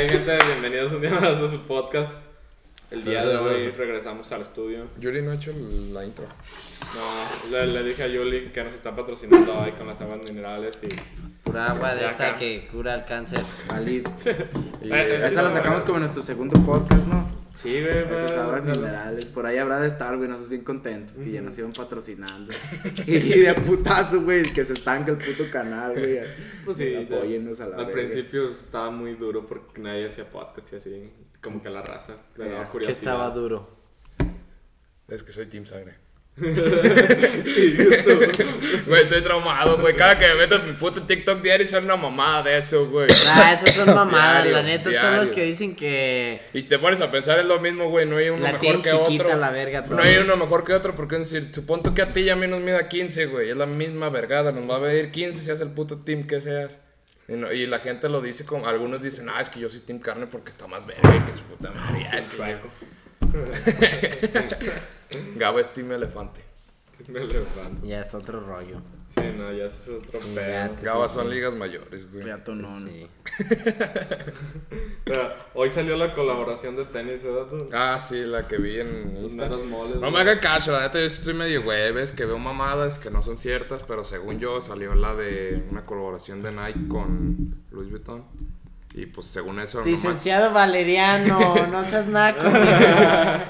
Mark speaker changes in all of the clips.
Speaker 1: bienvenidos un día más a su podcast. El día de hoy regresamos al estudio.
Speaker 2: Yuri no ha hecho la intro.
Speaker 1: No, le, le dije a Yuli que nos está patrocinando hoy con las aguas minerales y...
Speaker 3: Pura agua de
Speaker 1: Pues, Ya acá.
Speaker 3: esta que cura el cáncer.
Speaker 4: Valid. Y
Speaker 1: Eh, eh,
Speaker 4: esta la
Speaker 1: sí,
Speaker 4: sacamos
Speaker 1: bueno.
Speaker 4: como en nuestro segundo podcast, ¿no?
Speaker 1: Sí, güey, güey.
Speaker 4: Estas aguas minerales. Por ahí habrá de estar, güey, nosotros bien contentos que ya nos iban patrocinando. y de putazo, güey, que se estanca el puto canal, güey.
Speaker 1: Pues sí,
Speaker 4: Apóyennos a la
Speaker 1: Al
Speaker 4: verga.
Speaker 1: principio estaba muy duro porque nadie hacía podcast y así, como que la raza le daba
Speaker 4: Ya,
Speaker 3: Que
Speaker 1: curiosidad.
Speaker 3: estaba duro.
Speaker 2: Es que soy Team Sangre.
Speaker 1: Sí, justo.
Speaker 2: Güey, estoy traumado, güey. Cada que me meto en mi puto TikTok diario es una mamada de eso, güey.
Speaker 3: Ah, esas son mamadas,
Speaker 2: Diario,
Speaker 3: la neta. Todos los
Speaker 2: diario.
Speaker 3: que dicen que
Speaker 2: Y si te pones a pensar es lo mismo, güey. No hay uno
Speaker 3: La
Speaker 2: mejor
Speaker 3: tienen
Speaker 2: que
Speaker 3: chiquita
Speaker 2: otro.
Speaker 3: la verga,
Speaker 2: no hay
Speaker 3: todos.
Speaker 2: uno mejor que otro porque es decir, supongo que a ti ya menos mide 15, güey. Es la misma vergada. Nos va a medir 15 seas el puto team que seas. Y, no- y la gente lo dice como. Algunos dicen, ah, es que yo soy team carne porque está más verga que su puta madre. Ah, es que
Speaker 1: Chueco.
Speaker 2: Gabo es team elefante.
Speaker 1: Me levanto.
Speaker 3: ya es otro rollo.
Speaker 1: Sí, no, ya eso es otro
Speaker 3: Sí,
Speaker 1: pedo.
Speaker 3: ya.
Speaker 2: Gabo son ligas mayores, güey.
Speaker 4: Beato no. no.
Speaker 3: Sí.
Speaker 1: Pero hoy salió la colaboración de tenis, ¿verdad? tú?
Speaker 2: Ah, sí, la que vi en
Speaker 1: Los
Speaker 2: Insta.
Speaker 1: meros moles.
Speaker 2: No me hagan caso, la neta yo estoy medio hueves, que veo mamadas que no son ciertas, pero según yo salió la de una colaboración de Nike con Louis Vuitton. Y pues según eso nomás-
Speaker 3: Licenciado Valeriano, no seas naco. güey.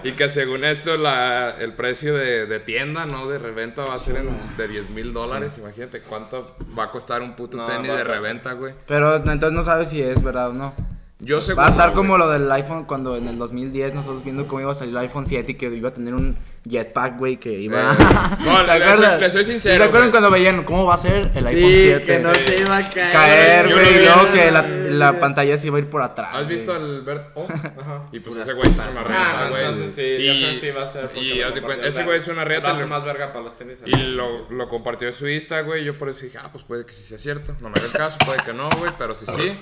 Speaker 2: Y que según eso la, el precio de, de tienda, ¿no? De reventa va a ser en- de 10 mil dólares, imagínate cuánto va a costar un puto
Speaker 1: No,
Speaker 2: tenis
Speaker 1: va-
Speaker 2: de reventa, güey.
Speaker 4: Pero entonces no sabes si es verdad o no.
Speaker 2: Yo según
Speaker 4: Va a estar
Speaker 2: yo,
Speaker 4: como
Speaker 2: güey.
Speaker 4: lo del iPhone cuando en el 2010 nosotros viendo cómo iba a salir el iPhone 7 y que iba a tener un jetpack, güey, que iba
Speaker 2: Eh, no, le-
Speaker 4: ¿Te
Speaker 2: le
Speaker 4: acuerdas?
Speaker 2: soy- le soy
Speaker 4: ¿Sí
Speaker 2: sincero,
Speaker 4: ¿Se acuerdan
Speaker 2: güey.
Speaker 4: cuando veían cómo va a ser el iPhone
Speaker 3: Sí,
Speaker 4: 7?
Speaker 3: que no se iba a caer.
Speaker 4: caer,
Speaker 2: Yo
Speaker 4: güey.
Speaker 2: lo
Speaker 4: Y
Speaker 2: vi.
Speaker 4: luego que la, la pantalla se iba a ir por atrás.
Speaker 2: ¿Has
Speaker 4: güey.
Speaker 2: visto al Bert? Oh.
Speaker 1: Ajá.
Speaker 2: Y pues ese güey es una
Speaker 1: Ah,
Speaker 2: reta, güey.
Speaker 1: entonces sí, yo creo que sí va a ser. porque
Speaker 2: Y
Speaker 1: lo
Speaker 2: haz de
Speaker 1: compartió,
Speaker 2: cuenta,
Speaker 1: o
Speaker 2: ese
Speaker 1: sea,
Speaker 2: güey es una reta.
Speaker 1: dame
Speaker 2: lo-
Speaker 1: más verga para los tenis.
Speaker 2: Y lo, lo compartió en su Insta, güey. Yo por eso dije, ah, pues puede que sí sea cierto. No me hagan caso, puede que no, güey. Pero sí, sí.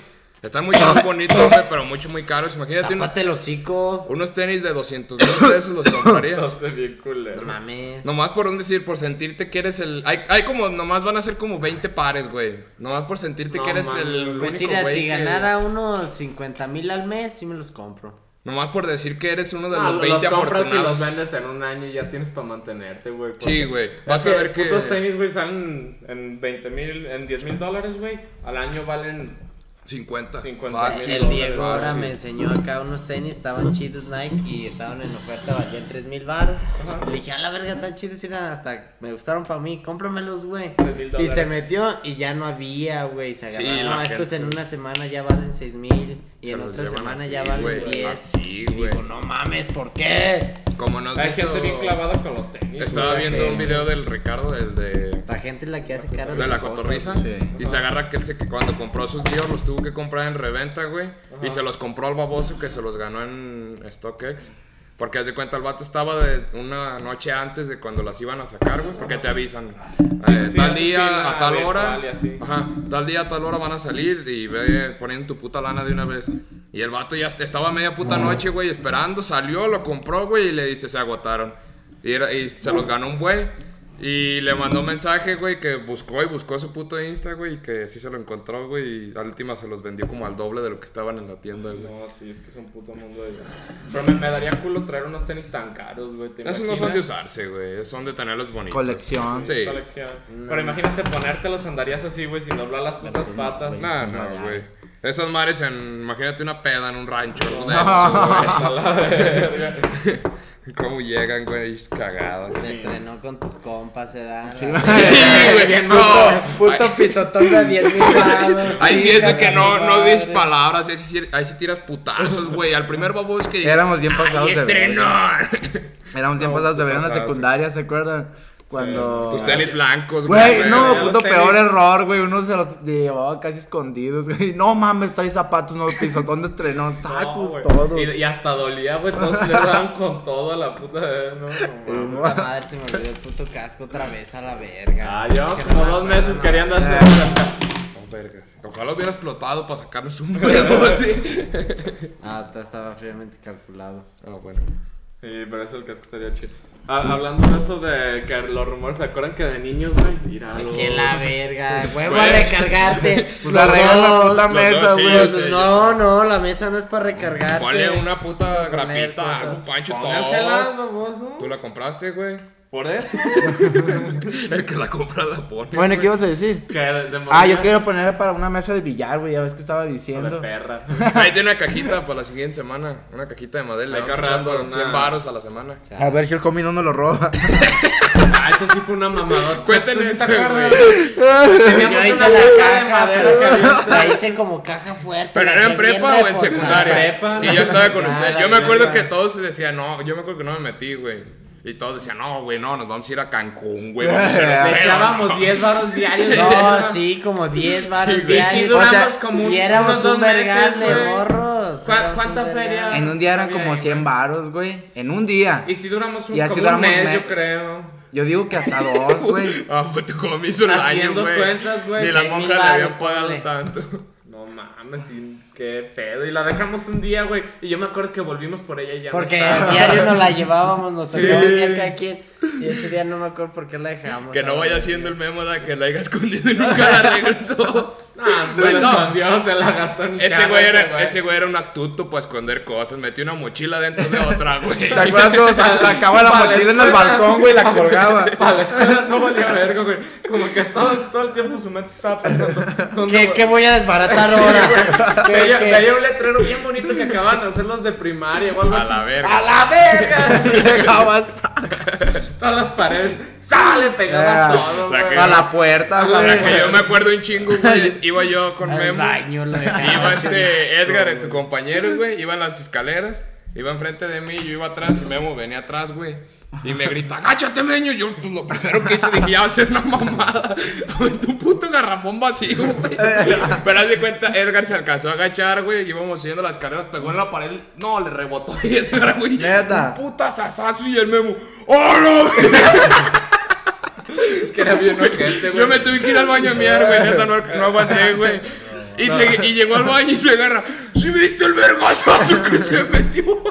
Speaker 2: Están muy bonitos, güey, pero mucho, muy caros. Imagínate uno-
Speaker 3: Tápate el hocico.
Speaker 2: unos tenis de 200 mil pesos los compraría.
Speaker 1: No sé, bien culero.
Speaker 3: No mames.
Speaker 2: Nomás por un decir, por sentirte que eres el. Hay, hay como, nomás van a ser como 20 pares, güey. Nomás por sentirte
Speaker 1: No
Speaker 2: que eres
Speaker 1: mames.
Speaker 2: el.
Speaker 3: Pues
Speaker 2: único
Speaker 3: mira,
Speaker 2: güey
Speaker 3: si
Speaker 2: que-
Speaker 3: ganara unos 50 mil al mes, sí me los compro.
Speaker 2: Nomás por decir que eres uno de
Speaker 1: Ah,
Speaker 2: los 20
Speaker 1: compras y
Speaker 2: afortunados.
Speaker 1: los vendes en un año y ya tienes para mantenerte, güey. porque-
Speaker 2: Sí, güey.
Speaker 1: Es
Speaker 2: Vas a
Speaker 1: que
Speaker 2: ver que.
Speaker 1: Putos tenis, güey, salen en 20 mil, en 10 mil dólares, güey. Al año valen
Speaker 2: 50.
Speaker 1: 50
Speaker 2: Fácil.
Speaker 1: Sí,
Speaker 3: el
Speaker 1: no,
Speaker 3: Diego
Speaker 1: no,
Speaker 3: ahora
Speaker 1: sí.
Speaker 3: me enseñó acá unos tenis, estaban chidos Nike y estaban en oferta, valían 3 mil baros. Le dije, a la verga, tan chidos, eran hasta me gustaron para mí, cómpramelos, güey.
Speaker 1: 3,000
Speaker 3: Y se
Speaker 1: dólares.
Speaker 3: metió y ya no había, güey. Se
Speaker 2: Sí,
Speaker 3: agarraron,
Speaker 2: la
Speaker 3: no, estos
Speaker 2: gente-
Speaker 3: en una semana ya valen 6 mil y
Speaker 2: Se
Speaker 3: en
Speaker 2: los
Speaker 3: otra
Speaker 2: llevan
Speaker 3: semana
Speaker 2: así,
Speaker 3: ya valen
Speaker 2: güey,
Speaker 3: 10.
Speaker 2: así,
Speaker 3: y
Speaker 2: güey.
Speaker 3: digo, no mames, ¿por qué?
Speaker 2: Como no has
Speaker 1: Hay
Speaker 2: visto-
Speaker 1: gente bien clavada con los tenis.
Speaker 2: Estaba
Speaker 1: güey.
Speaker 2: viendo un video del Ricardo, del de.
Speaker 3: La gente es la que hace cara
Speaker 2: De
Speaker 3: las
Speaker 2: la
Speaker 3: cosas.
Speaker 2: cotorriza.
Speaker 4: Sí.
Speaker 2: Y se agarra que él se- que cuando compró sus Dior los tuvo que comprar en reventa, güey. Y se los compró al baboso que se los ganó en StockX. Porque haz de cuenta, el vato estaba de una noche antes de cuando las iban a sacar, güey. Porque te avisan. eh,
Speaker 1: sí,
Speaker 2: tal
Speaker 1: hace
Speaker 2: día,
Speaker 1: fila
Speaker 2: a tal hora.
Speaker 1: virtual y así.
Speaker 2: Ajá, tal día, a tal hora van a salir y ve poniendo tu puta lana de una vez. Y el vato ya estaba a media puta noche, güey, esperando. Salió, lo compró, güey, y le dice, se agotaron. Y, era- y se los ganó un güey. Y le mandó un mensaje, güey, que buscó y buscó su puto Insta, güey, y que sí se lo encontró, güey, y a la última se los vendió como al doble de lo que estaban en la tienda, güey.
Speaker 1: No, sí, es que es un puto mundo de. Pero me, me daría culo traer unos tenis tan caros, güey. ¿te
Speaker 2: Esos no son de
Speaker 1: imaginas?
Speaker 2: usarse, güey, esos son de tenerlos bonitos.
Speaker 4: Colección.
Speaker 2: Sí.
Speaker 1: Colección. Pero imagínate ponértelos, andarías así, güey, sin doblar las putas patas.
Speaker 2: No, no, güey. Esos mares en, imagínate una peda en un rancho, algo de
Speaker 1: No.
Speaker 2: eso, güey.
Speaker 1: A la verga.
Speaker 2: ¿Cómo llegan, güey? Cagadas.
Speaker 3: Se estrenó con tus compas, se dan.
Speaker 4: Sí,
Speaker 2: güey, no.
Speaker 3: Puto pisotón de 10 mil baros.
Speaker 2: Ahí sí es de
Speaker 3: chingas
Speaker 2: que
Speaker 3: a
Speaker 2: no,
Speaker 3: mi
Speaker 2: no
Speaker 3: madre.
Speaker 2: dices palabras, ahí sí, ahí sí tiras putazos, güey. Al primer baboso que
Speaker 4: Éramos bien pasados
Speaker 2: ¡Ay, este
Speaker 4: de
Speaker 2: estreno!
Speaker 4: Éramos
Speaker 2: No,
Speaker 4: tiempos de ver en la
Speaker 2: pasadas,
Speaker 4: secundaria, ¿se acuerdan? Cuando.
Speaker 2: Tus tenis blancos,
Speaker 4: Güey, no,
Speaker 1: güey,
Speaker 4: puto
Speaker 1: los tenis.
Speaker 4: peor error, güey. Uno se los llevaba casi escondidos, güey. No mames, trae zapatos, no pisotón de estrenó,
Speaker 1: No,
Speaker 4: sacos
Speaker 1: güey.
Speaker 4: todos.
Speaker 1: Y, y hasta dolía, güey. Todos le daban con todo a la puta. de- No, no, no.
Speaker 3: Puta madre, se me olvidó el puto casco otra vez a la verga.
Speaker 1: Ah, llevamos
Speaker 3: Es que
Speaker 1: como
Speaker 3: no me
Speaker 1: dos
Speaker 3: acuerdo,
Speaker 1: meses
Speaker 3: no.
Speaker 1: queriendo hacer.
Speaker 2: Oh, vergas. Ojalá hubiera explotado para sacarnos un pedote.
Speaker 3: Ah, todo estaba Ah, fríamente calculado.
Speaker 2: Ah, bueno.
Speaker 1: Sí, pero eso el casco estaría chido. Ha- hablando de eso de que los rumores se acuerdan que de niños, güey. Míralo.
Speaker 3: Que la verga, vuelvo a
Speaker 1: Güey.
Speaker 3: recargarte.
Speaker 2: Pues
Speaker 3: Los
Speaker 2: arregla la
Speaker 3: dos.
Speaker 2: puta
Speaker 1: los dos,
Speaker 2: mesa,
Speaker 1: sí,
Speaker 2: güey.
Speaker 1: yo
Speaker 3: Pues,
Speaker 1: sé, yo
Speaker 3: no, no, la mesa no es para recargarse.
Speaker 2: Ponle una puta
Speaker 3: Poner
Speaker 2: grapita,
Speaker 3: cosas.
Speaker 2: algo pancho
Speaker 1: Pónganselas,
Speaker 2: todo.
Speaker 1: baboso.
Speaker 2: Tú la compraste, güey.
Speaker 1: Por eso.
Speaker 2: El que la compra la pone.
Speaker 4: Bueno, ¿qué ibas a decir?
Speaker 1: que de, de
Speaker 4: Ah, yo
Speaker 1: morir.
Speaker 4: quiero poner para una mesa de billar, güey. Ya ves que estaba
Speaker 1: Hijo de
Speaker 4: diciendo.
Speaker 1: perra.
Speaker 2: Ahí tiene una cajita para la siguiente semana. Una cajita de madera.
Speaker 1: Hay
Speaker 2: Le
Speaker 1: que
Speaker 2: vamos
Speaker 1: ahorrar
Speaker 2: echando
Speaker 1: por
Speaker 2: 100
Speaker 1: una-
Speaker 2: varos a la semana.
Speaker 4: A ver si el comi no nos lo roba.
Speaker 1: Ah, eso sí fue una mamadota.
Speaker 2: Cuéntenle
Speaker 1: ¿Tú sí te
Speaker 2: eso,
Speaker 1: acuerdas?
Speaker 3: Yo
Speaker 1: Teníamos
Speaker 3: hice
Speaker 1: una
Speaker 3: la
Speaker 1: caja de
Speaker 3: caja,
Speaker 1: madera que
Speaker 3: pero la hice como caja fuerte.
Speaker 2: Pero
Speaker 3: la
Speaker 2: era en
Speaker 3: dejé bien
Speaker 2: prepa o en
Speaker 3: reforzada.
Speaker 2: secundaria.
Speaker 1: Prepa.
Speaker 2: Sí, yo estaba con
Speaker 3: Ah,
Speaker 2: ustedes.
Speaker 3: la
Speaker 2: Yo me acuerdo
Speaker 3: prepa.
Speaker 2: que todos decían, no, yo me acuerdo que no me metí, güey. Y todos decían, no, güey, no, nos vamos a ir a Cancún, güey. vamos a hacer un
Speaker 1: Le
Speaker 2: pedo,
Speaker 1: echábamos
Speaker 2: no".
Speaker 1: 10 varos diarios.
Speaker 3: No, sí, como 10 baros
Speaker 2: Sí, güey.
Speaker 1: Y sí
Speaker 3: diarios.
Speaker 1: duramos
Speaker 4: O sea,
Speaker 1: como un,
Speaker 3: y éramos
Speaker 1: unos dos
Speaker 3: un vergal
Speaker 1: meses,
Speaker 3: de
Speaker 1: güey.
Speaker 3: morros.
Speaker 1: ¿Cuá-
Speaker 3: éramos
Speaker 1: cuánta
Speaker 3: un vergal.
Speaker 1: feria?
Speaker 4: En un día eran
Speaker 1: Está
Speaker 4: como
Speaker 1: bien,
Speaker 4: 100 varos, güey. En un día.
Speaker 1: Y si duramos un,
Speaker 4: Y así
Speaker 1: como
Speaker 4: duramos
Speaker 1: un mes,
Speaker 4: mes.
Speaker 1: yo creo.
Speaker 4: Yo digo que hasta dos, güey.
Speaker 2: Ah, pues te comí hizo el año,
Speaker 1: Haciendo
Speaker 2: güey.
Speaker 1: cuentas, güey,
Speaker 2: Ni la
Speaker 1: seis mil
Speaker 2: monja le
Speaker 3: varos,
Speaker 2: habían pagado
Speaker 3: ponle.
Speaker 2: tanto.
Speaker 1: No mames, sin qué pedo. Y la dejamos un día, güey. Y yo me acuerdo que volvimos por ella y ya
Speaker 3: Porque
Speaker 1: no
Speaker 3: a
Speaker 1: estaba.
Speaker 3: diario nos la llevábamos, nos
Speaker 1: Sí.
Speaker 3: tocaba un día cada quien. Y este día no me acuerdo por qué la dejamos.
Speaker 2: Que no vaya haciendo
Speaker 3: siendo
Speaker 2: el memo de que la haya escondido y nunca la regresó.
Speaker 1: Ah,
Speaker 2: Güey,
Speaker 1: güey,
Speaker 2: no.
Speaker 1: escondió, se la gastó en
Speaker 2: Ese
Speaker 1: carro,
Speaker 2: güey, era, ese güey era un astuto para esconder cosas. Metió una mochila dentro de otra, güey.
Speaker 4: ¿Te acuerdas cuando sa- sacaba la
Speaker 1: Para la
Speaker 4: mochila en el
Speaker 1: escuela.
Speaker 4: balcón, güey, y la colgaba?
Speaker 1: Para la escuela no valía verga, güey. Como que todo, todo el tiempo su mente estaba pensando. ¿dónde
Speaker 3: ¿Qué,
Speaker 1: voy?
Speaker 3: ¿Qué voy a desbaratar ahora? ¿Qué-
Speaker 1: Veía,
Speaker 3: qué?
Speaker 1: veía un letrero bien bonito que acaban de hacer los de primaria o algo
Speaker 2: A
Speaker 1: así.
Speaker 2: la verga.
Speaker 1: ¡A la verga!
Speaker 4: Llegabas
Speaker 1: Todas las paredes. ¡Sale! Pegaba
Speaker 4: Ah,
Speaker 1: todo,
Speaker 2: la
Speaker 1: güey.
Speaker 2: que-
Speaker 4: a la puerta,
Speaker 2: La que
Speaker 4: güey.
Speaker 2: yo me acuerdo un chingo, güey. Iba yo con
Speaker 3: Al
Speaker 2: Memo.
Speaker 3: baño lo
Speaker 2: Iba
Speaker 3: dejaba.
Speaker 2: este Edgar, tu compañero, güey. Iba en las escaleras. Iba enfrente de mí, yo iba atrás y Memo venía atrás, güey. Y me grita, agáchate, meño. Yo, pues lo primero que hice, dije, ya va a ser una mamada. tu puto garrafón vacío, güey. Pero haz de cuenta, Edgar se alcanzó a agachar, güey. Íbamos siguiendo las escaleras, pegó en la pared. No, le rebotó a Edgar, güey.
Speaker 4: Neta.
Speaker 2: Un puta sasazo y el Memo, ¡oh, no!
Speaker 1: Es que era bien urgente, güey.
Speaker 2: Yo me tuve que ir al baño a miar, güey. Neta, no, no aguanté, güey. Y, se- y llegó al baño y se agarra. ¿Sí viste el vergazazo que se metió?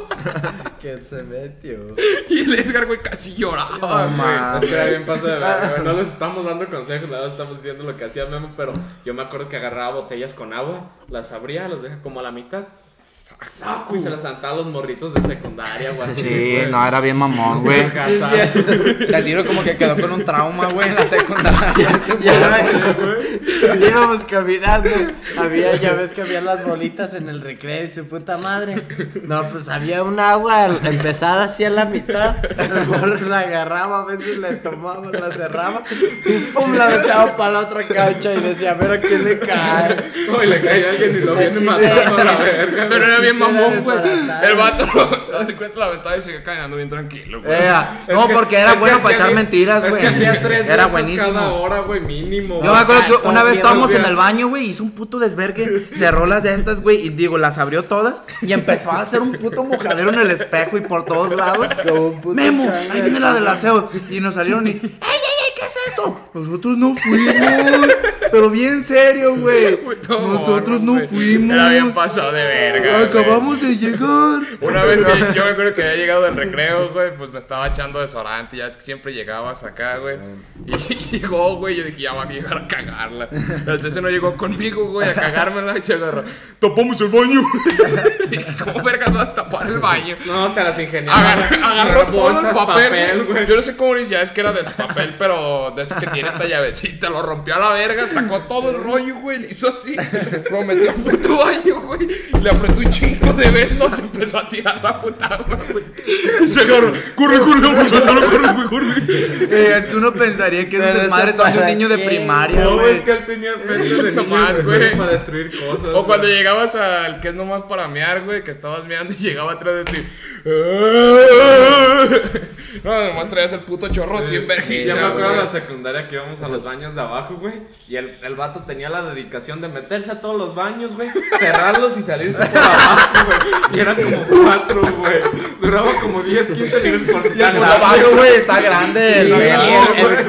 Speaker 3: Que se metió.
Speaker 2: Y el Edgar, güey, casi
Speaker 4: No
Speaker 2: lloraba.
Speaker 1: Es que era
Speaker 4: Oh, mames.
Speaker 1: bien paso de verga, güey. No les estamos dando consejos, nada más estamos diciendo lo que hacía Memo, pero yo me acuerdo que agarraba botellas con agua, las abría, las deja como a la mitad. Saco y se las saltaba a los morritos de secundaria, güey. así,
Speaker 4: Sí,
Speaker 1: güey.
Speaker 4: no, era bien mamón,
Speaker 1: Qué
Speaker 4: güey.
Speaker 1: casazo,
Speaker 4: La tiro como que quedó con un trauma, güey, en la secundaria.
Speaker 1: güey.
Speaker 3: Íbamos caminando. Había, ya ves que había las bolitas en el recreo y su puta madre. No, pues había un agua empezada así a la mitad. El morro la agarraba, a veces le tomaba, la cerraba y pum, la aventaba para la otra cancha y decía, a ver a quién le cae.
Speaker 1: Uy, le cae a alguien y lo viene matando a la verga,
Speaker 2: Pero
Speaker 1: güey.
Speaker 2: era bien
Speaker 3: Sí, era
Speaker 2: mamón, güey.
Speaker 3: desbaratado.
Speaker 2: El vato, no se cuenta la ventaja y sigue caminando bien tranquilo, güey.
Speaker 4: Ea,
Speaker 1: Es
Speaker 4: No,
Speaker 1: que-
Speaker 4: porque era
Speaker 1: es que
Speaker 4: bueno para
Speaker 1: hacía
Speaker 4: echar
Speaker 1: bien-
Speaker 4: mentiras,
Speaker 1: Es
Speaker 4: güey.
Speaker 1: que hacía tres
Speaker 4: Era
Speaker 1: besos cada
Speaker 4: buenísimo.
Speaker 1: hora, güey, mínimo.
Speaker 4: Yo me
Speaker 1: güey.
Speaker 4: acuerdo que
Speaker 3: Todo
Speaker 4: una vez
Speaker 3: bien,
Speaker 4: estábamos
Speaker 1: bien.
Speaker 4: en el baño, güey, hizo un puto desvergue, cerró las de estas, güey, y digo, las abrió todas y empezó a hacer un puto mojadero en el espejo y por todos lados.
Speaker 3: Como un puto
Speaker 4: Memo,
Speaker 3: chango
Speaker 4: ahí viene la del aseo. Y nos salieron y, ¡ey, ey, ey, qué es esto! Nosotros no fuimos, pero bien serio, güey.
Speaker 2: Todo
Speaker 4: Nosotros no
Speaker 2: morro, güey.
Speaker 4: fuimos.
Speaker 2: Era bien pasado de verga. güey.
Speaker 4: Acabamos de llegar.
Speaker 2: Una vez que yo me acuerdo que había llegado del recreo, güey, pues me estaba echando desodorante, ya es que siempre llegabas acá, güey. Y llegó, güey, yo dije, ya va a llegar a cagarla. Pero entonces no llegó conmigo, güey, a cagármela y se agarró. Tapamos el baño. Dije, ¿cómo vergas vas a tapar el baño?
Speaker 1: No, se las ingeniaba.
Speaker 2: Agarró, agarró todo el
Speaker 1: bolsas,
Speaker 2: papel,
Speaker 1: güey.
Speaker 2: güey. Yo no sé cómo le hice, ya es que era del papel, pero de ese que tiene esta llavecita, lo rompió a la verga, sacó todo el rollo, güey, le hizo así, lo metió al puto baño, güey, le apretó un chingo de vez, no, se empezó a tirar la puta agua, güey. Y se agarró, corre, corre, vamos a hacerlo, corre, güey, corre.
Speaker 4: Eh, es que uno pensaría que
Speaker 3: Pero
Speaker 4: esos desmadres son de un
Speaker 3: ¿para
Speaker 4: niño de
Speaker 3: qué?
Speaker 4: primaria,
Speaker 1: No,
Speaker 4: güey.
Speaker 1: es que él tenía efectos de
Speaker 2: Nomás,
Speaker 1: niño,
Speaker 2: güey.
Speaker 1: güey, para destruir cosas.
Speaker 2: O cuando
Speaker 1: güey.
Speaker 2: llegabas al que es nomás para mear, güey, que estabas meando y llegaba atrás de ti. No, nomás traías el puto chorro siempre.
Speaker 1: Yo me acuerdo de la secundaria que íbamos a los baños de abajo, güey. Y el, el vato tenía la dedicación de meterse a todos los baños, güey. Cerrarlos y salirse por abajo, güey. Y eran como cuatro, güey. Duraba como 10, 15 minutos por
Speaker 4: El caballo, güey, está grande.
Speaker 3: El,
Speaker 4: el
Speaker 1: güey.
Speaker 4: güey.
Speaker 1: no,
Speaker 3: el, el
Speaker 1: güey.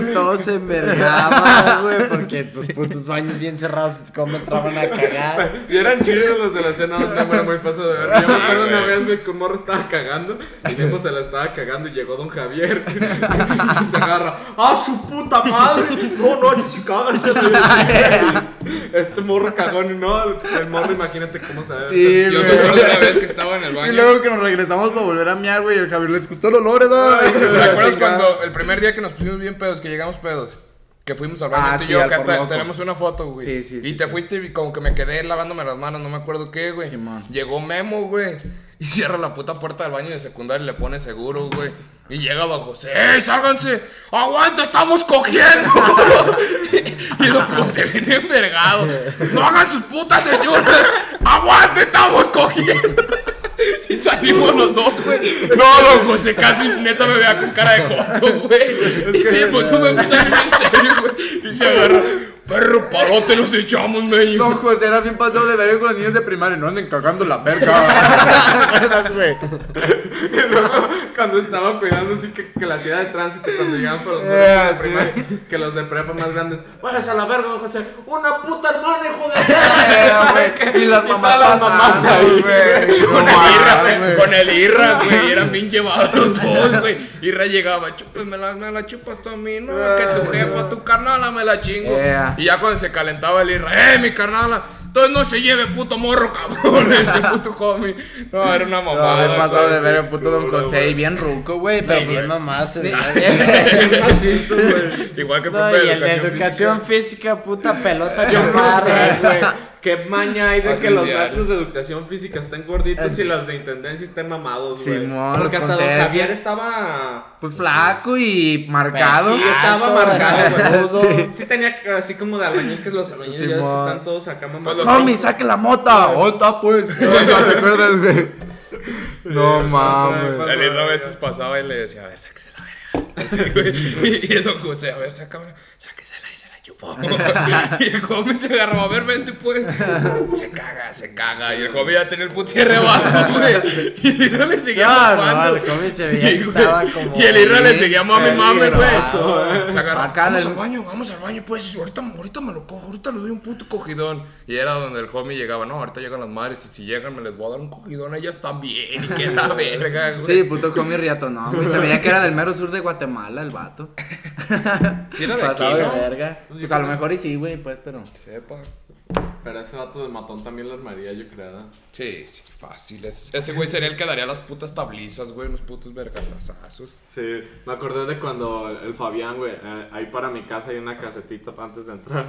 Speaker 3: hobbit, todo se envergaba, güey, porque tus putos baños bien cerrados, ¿cómo entraban a cagar?
Speaker 1: Y eran chidos los de la cena, no era muy paso de ver. Yo me acuerdo una vez, güey, que un morro estaba cagando y vimos se la estaba cagando y llegó don Javier. y se agarra. ¡Ah, su puta madre! No, no, ese sí caga. ese le- Este morro cagón y no. El, el morro, imagínate cómo se ve.
Speaker 3: Sí,
Speaker 2: Yo me
Speaker 3: güey.
Speaker 2: acuerdo una vez que estaba en el baño.
Speaker 3: Y luego que nos regresamos para volver a miar, güey, el Javier les gustó el olor, ¿eh?
Speaker 2: ¿Te acuerdas cuando el primer día que nos pusimos bien pedos, que llegamos pedos? Que fuimos al baño
Speaker 4: Ah,
Speaker 2: tú y
Speaker 4: sí,
Speaker 2: yo,
Speaker 4: al
Speaker 2: que hasta
Speaker 4: Forloco.
Speaker 2: tenemos una foto, güey.
Speaker 4: Sí, sí,
Speaker 2: Y
Speaker 4: sí,
Speaker 2: te
Speaker 4: sí.
Speaker 2: fuiste y como que me quedé lavándome las manos, no me acuerdo qué, güey.
Speaker 4: Simón.
Speaker 2: Llegó Memo, güey. Y cierra la puta puerta del baño de secundaria y le pone seguro, güey. Y llega don José, ¡Ey, sálganse! ¡Aguanta, estamos cogiendo! y don José viene envergado. ¡No hagan sus putas señoras! ¡Aguanta, estamos cogiendo! Y salimos los dos, güey. No, don José casi neta me vea con cara de joto, güey. Y sí, pues yo me puse a reír en serio, güey. Y se agarra, perro parote, los echamos, me dijo.
Speaker 3: Don José era bien pasado de verga con los niños de primaria, no anden cagando la verga. güey?
Speaker 1: Y luego, cuando estaba cuidando así que, que la ciudad de tránsito, cuando llegaban por los morros
Speaker 3: Eh,
Speaker 1: de
Speaker 3: sí.
Speaker 1: primaria, que los de prepa más grandes, váyase a la verga, don José, una puta hermana, hijo de
Speaker 3: Y las
Speaker 1: Y
Speaker 3: mamás
Speaker 1: todas las mamás
Speaker 3: pasadas,
Speaker 1: ahí.
Speaker 3: güey. No
Speaker 2: Con el
Speaker 3: más,
Speaker 2: Irra,
Speaker 3: güey.
Speaker 2: con el Irra, güey, eran bien llevados los dos, güey. Irra llegaba, "Chúpame la, me la chupas tú a mí, no, que
Speaker 3: Ah.
Speaker 2: tu jefa, tu carnala me la chingo.
Speaker 4: Yeah.
Speaker 2: Y ya cuando se calentaba el Irra, ¡eh, mi carnala! Entonces no se lleve puto morro, cabrón, ese puto homie. No, era una
Speaker 3: No,
Speaker 2: mamada.
Speaker 3: bien pasado de
Speaker 2: güey.
Speaker 3: verga, puto Don José, y bien ruco, güey, pero
Speaker 2: güey.
Speaker 3: pues mamás, güey.
Speaker 1: Qué macizo, güey.
Speaker 2: Igual que
Speaker 3: No,
Speaker 2: profe
Speaker 3: y
Speaker 2: de
Speaker 3: el de
Speaker 2: educación,
Speaker 3: educación
Speaker 2: física.
Speaker 3: física, puta pelota
Speaker 1: Yo no sé,
Speaker 3: chamarra.
Speaker 1: güey. ¿Qué maña hay de
Speaker 2: Así
Speaker 1: que los
Speaker 2: es.
Speaker 1: maestros de educación física estén gorditos y los de intendencia estén mamados, güey?
Speaker 3: Simón,
Speaker 1: Porque
Speaker 3: los
Speaker 1: hasta don
Speaker 3: conserjes.
Speaker 1: Javier estaba.
Speaker 3: Pues flaco y marcado.
Speaker 1: Pues Sí, estaba marcado,
Speaker 3: Ah, Sí.
Speaker 1: güey. Sí. tenía que- así como de albañil que los albañiles ya ves que
Speaker 3: Simón.
Speaker 1: están todos acá
Speaker 2: Pues los-
Speaker 1: mamados.
Speaker 3: Homie, saque la mota. Ota, pues. No, no te acuerdas, güey. No mames.
Speaker 2: El Irra a veces pasaba y le decía, a ver, sáquese la verga. Así, güey. Y el don José, a ver, sácame, sáquesela y se la chupó. Y el joven se agarraba, a ver, vente, pues. Se caga, se caga. Y el joven ya tenía el putzierre abajo, güey. Y el Irra le seguía
Speaker 3: No, no,
Speaker 2: mamando.
Speaker 3: el joven se veía que
Speaker 2: Sí, güey.
Speaker 3: estaba como
Speaker 2: Y el Irra le
Speaker 3: bien
Speaker 2: seguía mami, mami, güey.
Speaker 3: peligroso, eh.
Speaker 2: Se agarra,
Speaker 3: Acá
Speaker 2: vamos
Speaker 3: en el-
Speaker 2: al baño, vamos al baño, pues. Ahorita, ahorita me lo cojo, ahorita le doy un puto cogidón. Y era donde el homie llegaba, no, ahorita llegan las madres. Y si llegan, me les voy a dar un cogidón. Ellas también. Y que la verga, güey.
Speaker 4: Sí, puto comi riato, no, güey. Se veía que era del mero sur de Guatemala el vato.
Speaker 2: Sí era de aquí,
Speaker 4: Pasado de
Speaker 2: ¿no?
Speaker 4: verga. Pues a lo mejor y sí, güey, pues, pero.
Speaker 2: Sepa.
Speaker 1: Pero ese vato de matón también lo armaría, yo creo. ¿no?
Speaker 2: Sí, sí, fácil. Es- Ese güey sería el que daría las putas tablizas, güey, unos putos vergazazazos.
Speaker 1: Sí, me acordé de cuando el Fabián, güey, eh, ahí para mi casa hay una casetita pa- antes de entrar.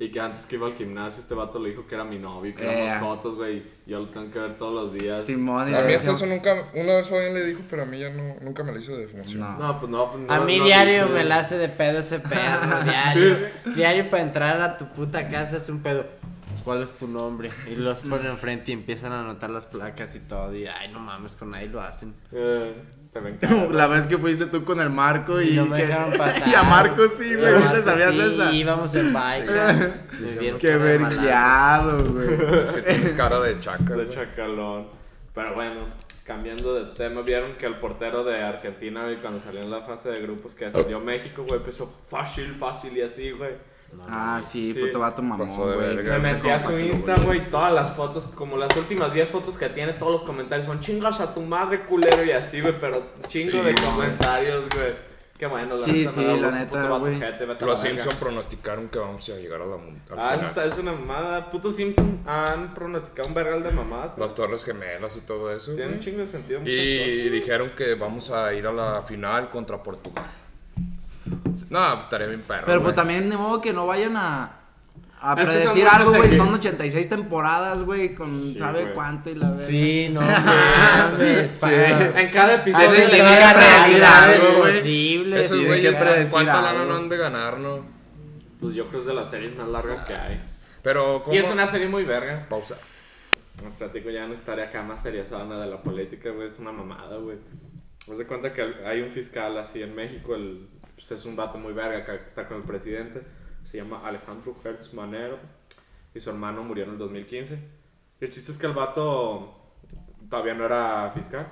Speaker 1: Y que antes que iba al gimnasio, este vato le dijo que era mi novio, que
Speaker 4: Eh.
Speaker 1: éramos jotos, güey. y Yo lo tengo que ver todos los días.
Speaker 4: Simón y
Speaker 2: A
Speaker 4: le
Speaker 2: mí
Speaker 4: decía,
Speaker 2: hasta eso nunca, una vez Fabián le dijo, pero a mí ya no, nunca me lo hizo de definición.
Speaker 4: No.
Speaker 1: No, pues no. pues no-
Speaker 3: A mí
Speaker 1: no
Speaker 3: diario
Speaker 1: dice.
Speaker 3: me la hace de pedo ese perro, diario. Diario para entrar a tu puta casa es un pedo. Pues, ¿Cuál es tu nombre? Y los
Speaker 4: Mm.
Speaker 3: ponen enfrente y empiezan a anotar las placas y todo. Y ay, no mames, con ahí lo hacen.
Speaker 1: Eh, te me encanta.
Speaker 4: La vez que fuiste tú con el Marco y.
Speaker 3: Y no me
Speaker 4: que-
Speaker 3: dejaron pasar.
Speaker 4: Y a Marco sí,
Speaker 3: Y a
Speaker 4: güey. ¿sí
Speaker 3: Marco
Speaker 4: ¿Le sabías
Speaker 3: sí,
Speaker 4: esa?
Speaker 3: íbamos en bike. me vieron que
Speaker 4: Qué
Speaker 3: era malazo.
Speaker 4: vergueado, güey.
Speaker 2: Es que tienes cara de chaca.
Speaker 1: De
Speaker 2: güey.
Speaker 1: chacalón. Pero bueno, cambiando de tema, vieron que el portero de Argentina, güey, cuando salió en la fase de grupos que salió México, güey, empezó fácil, fácil y así, güey.
Speaker 4: Ah, sí,
Speaker 1: Sí.
Speaker 4: puto vato mamón,
Speaker 2: Pasó de
Speaker 4: güey.
Speaker 2: verga.
Speaker 1: Me
Speaker 4: Fue
Speaker 1: metí a
Speaker 4: compa,
Speaker 1: su
Speaker 4: pero,
Speaker 1: Insta, güey, todas las fotos, como las últimas 10 fotos que tiene, todos los comentarios son chingas a tu madre, culero, y así, güey, pero chingo
Speaker 2: Sí,
Speaker 1: de
Speaker 2: güey.
Speaker 1: comentarios, güey. Qué bueno, la
Speaker 4: Sí,
Speaker 1: neta.
Speaker 4: sí,
Speaker 1: me da
Speaker 4: la
Speaker 1: gusto,
Speaker 4: neta,
Speaker 1: puto vato
Speaker 4: güey.
Speaker 1: ojete, vete a la
Speaker 2: Los
Speaker 1: verga.
Speaker 2: Simpson pronosticaron que vamos a llegar a la mun- al
Speaker 1: Ah, eso
Speaker 2: final.
Speaker 1: está- es una mamada. Puto Simpson han pronosticado un vergal de mamadas.
Speaker 2: Las Torres Gemelas y todo eso.
Speaker 1: Tiene un
Speaker 2: güey.
Speaker 1: chingo de sentido. muchas cosas.
Speaker 2: Y dijeron que vamos a ir a la final contra Portugal. No, estaría bien perro.
Speaker 4: Pero pues
Speaker 2: güey.
Speaker 4: también de modo que no vayan a, a
Speaker 1: Es que son
Speaker 4: predecir
Speaker 1: muchos
Speaker 4: algo, güey.
Speaker 1: aquí.
Speaker 4: Son 86 temporadas, güey, con sabe
Speaker 1: güey.
Speaker 4: cuánto y la verdad.
Speaker 3: Sí, no mames.
Speaker 4: Sí.
Speaker 3: Ah, para-
Speaker 1: En cada episodio
Speaker 4: Hay
Speaker 1: le
Speaker 4: que
Speaker 1: digan
Speaker 4: llegar a
Speaker 1: algo,
Speaker 4: decir
Speaker 1: algo,
Speaker 4: algo,
Speaker 1: güey.
Speaker 3: Imposible.
Speaker 2: Esos
Speaker 4: tienen que
Speaker 2: güeyes,
Speaker 4: predecir
Speaker 2: ¿cuánta lana
Speaker 4: algo.
Speaker 2: no han de ganar, no?
Speaker 1: Pues yo creo que es de las series más largas que hay.
Speaker 2: Pero, ¿cómo?
Speaker 1: Y es una serie muy verga.
Speaker 2: Pausa.
Speaker 1: No platico ya no estaré acá más seriazona de la política, güey. Es una mamada, güey. Haz de cuenta que hay un fiscal así en México, el, pues es un vato muy verga acá que está con el presidente. Se llama Alejandro Hertz Manero. Y su hermano murió en el 2015. Y el chiste es que el vato todavía no era fiscal.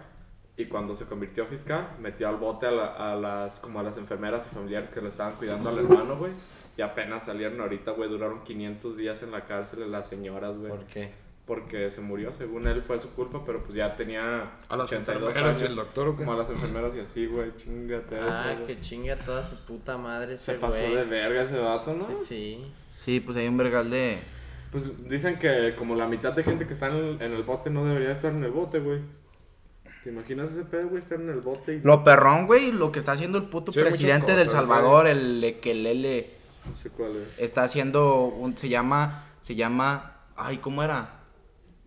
Speaker 1: Y cuando se convirtió a fiscal, metió al bote a, la- a las, como a las enfermeras y familiares que lo estaban cuidando al hermano, güey. Y apenas salieron ahorita, güey. Duraron 500 días en la cárcel las señoras, güey.
Speaker 2: qué?
Speaker 1: porque se murió, según él fue su culpa, pero pues ya tenía
Speaker 2: A las
Speaker 1: 82
Speaker 2: enfermeras
Speaker 1: años.
Speaker 2: y el doctor, ¿o qué?
Speaker 1: Como a las enfermeras y así, güey, chingate.
Speaker 3: Ah,
Speaker 1: güey.
Speaker 3: que chinga toda su puta madre ese
Speaker 1: se pasó
Speaker 3: güey.
Speaker 1: de verga ese vato, ¿no?
Speaker 3: Sí, sí.
Speaker 4: Sí, pues hay un vergal de.
Speaker 1: Pues dicen que como la mitad de gente que está en el, en el bote no debería estar en el bote, güey. ¿Te imaginas ese pedo, güey, estar en el bote y
Speaker 4: Lo perrón, güey, lo que está haciendo el puto
Speaker 2: Sí, hay muchas
Speaker 4: presidente del
Speaker 2: cosas,
Speaker 4: Salvador, el Ekelele,
Speaker 1: no sé cuál es?
Speaker 4: está haciendo un. Se llama. Se llama. Ay, ¿cómo era?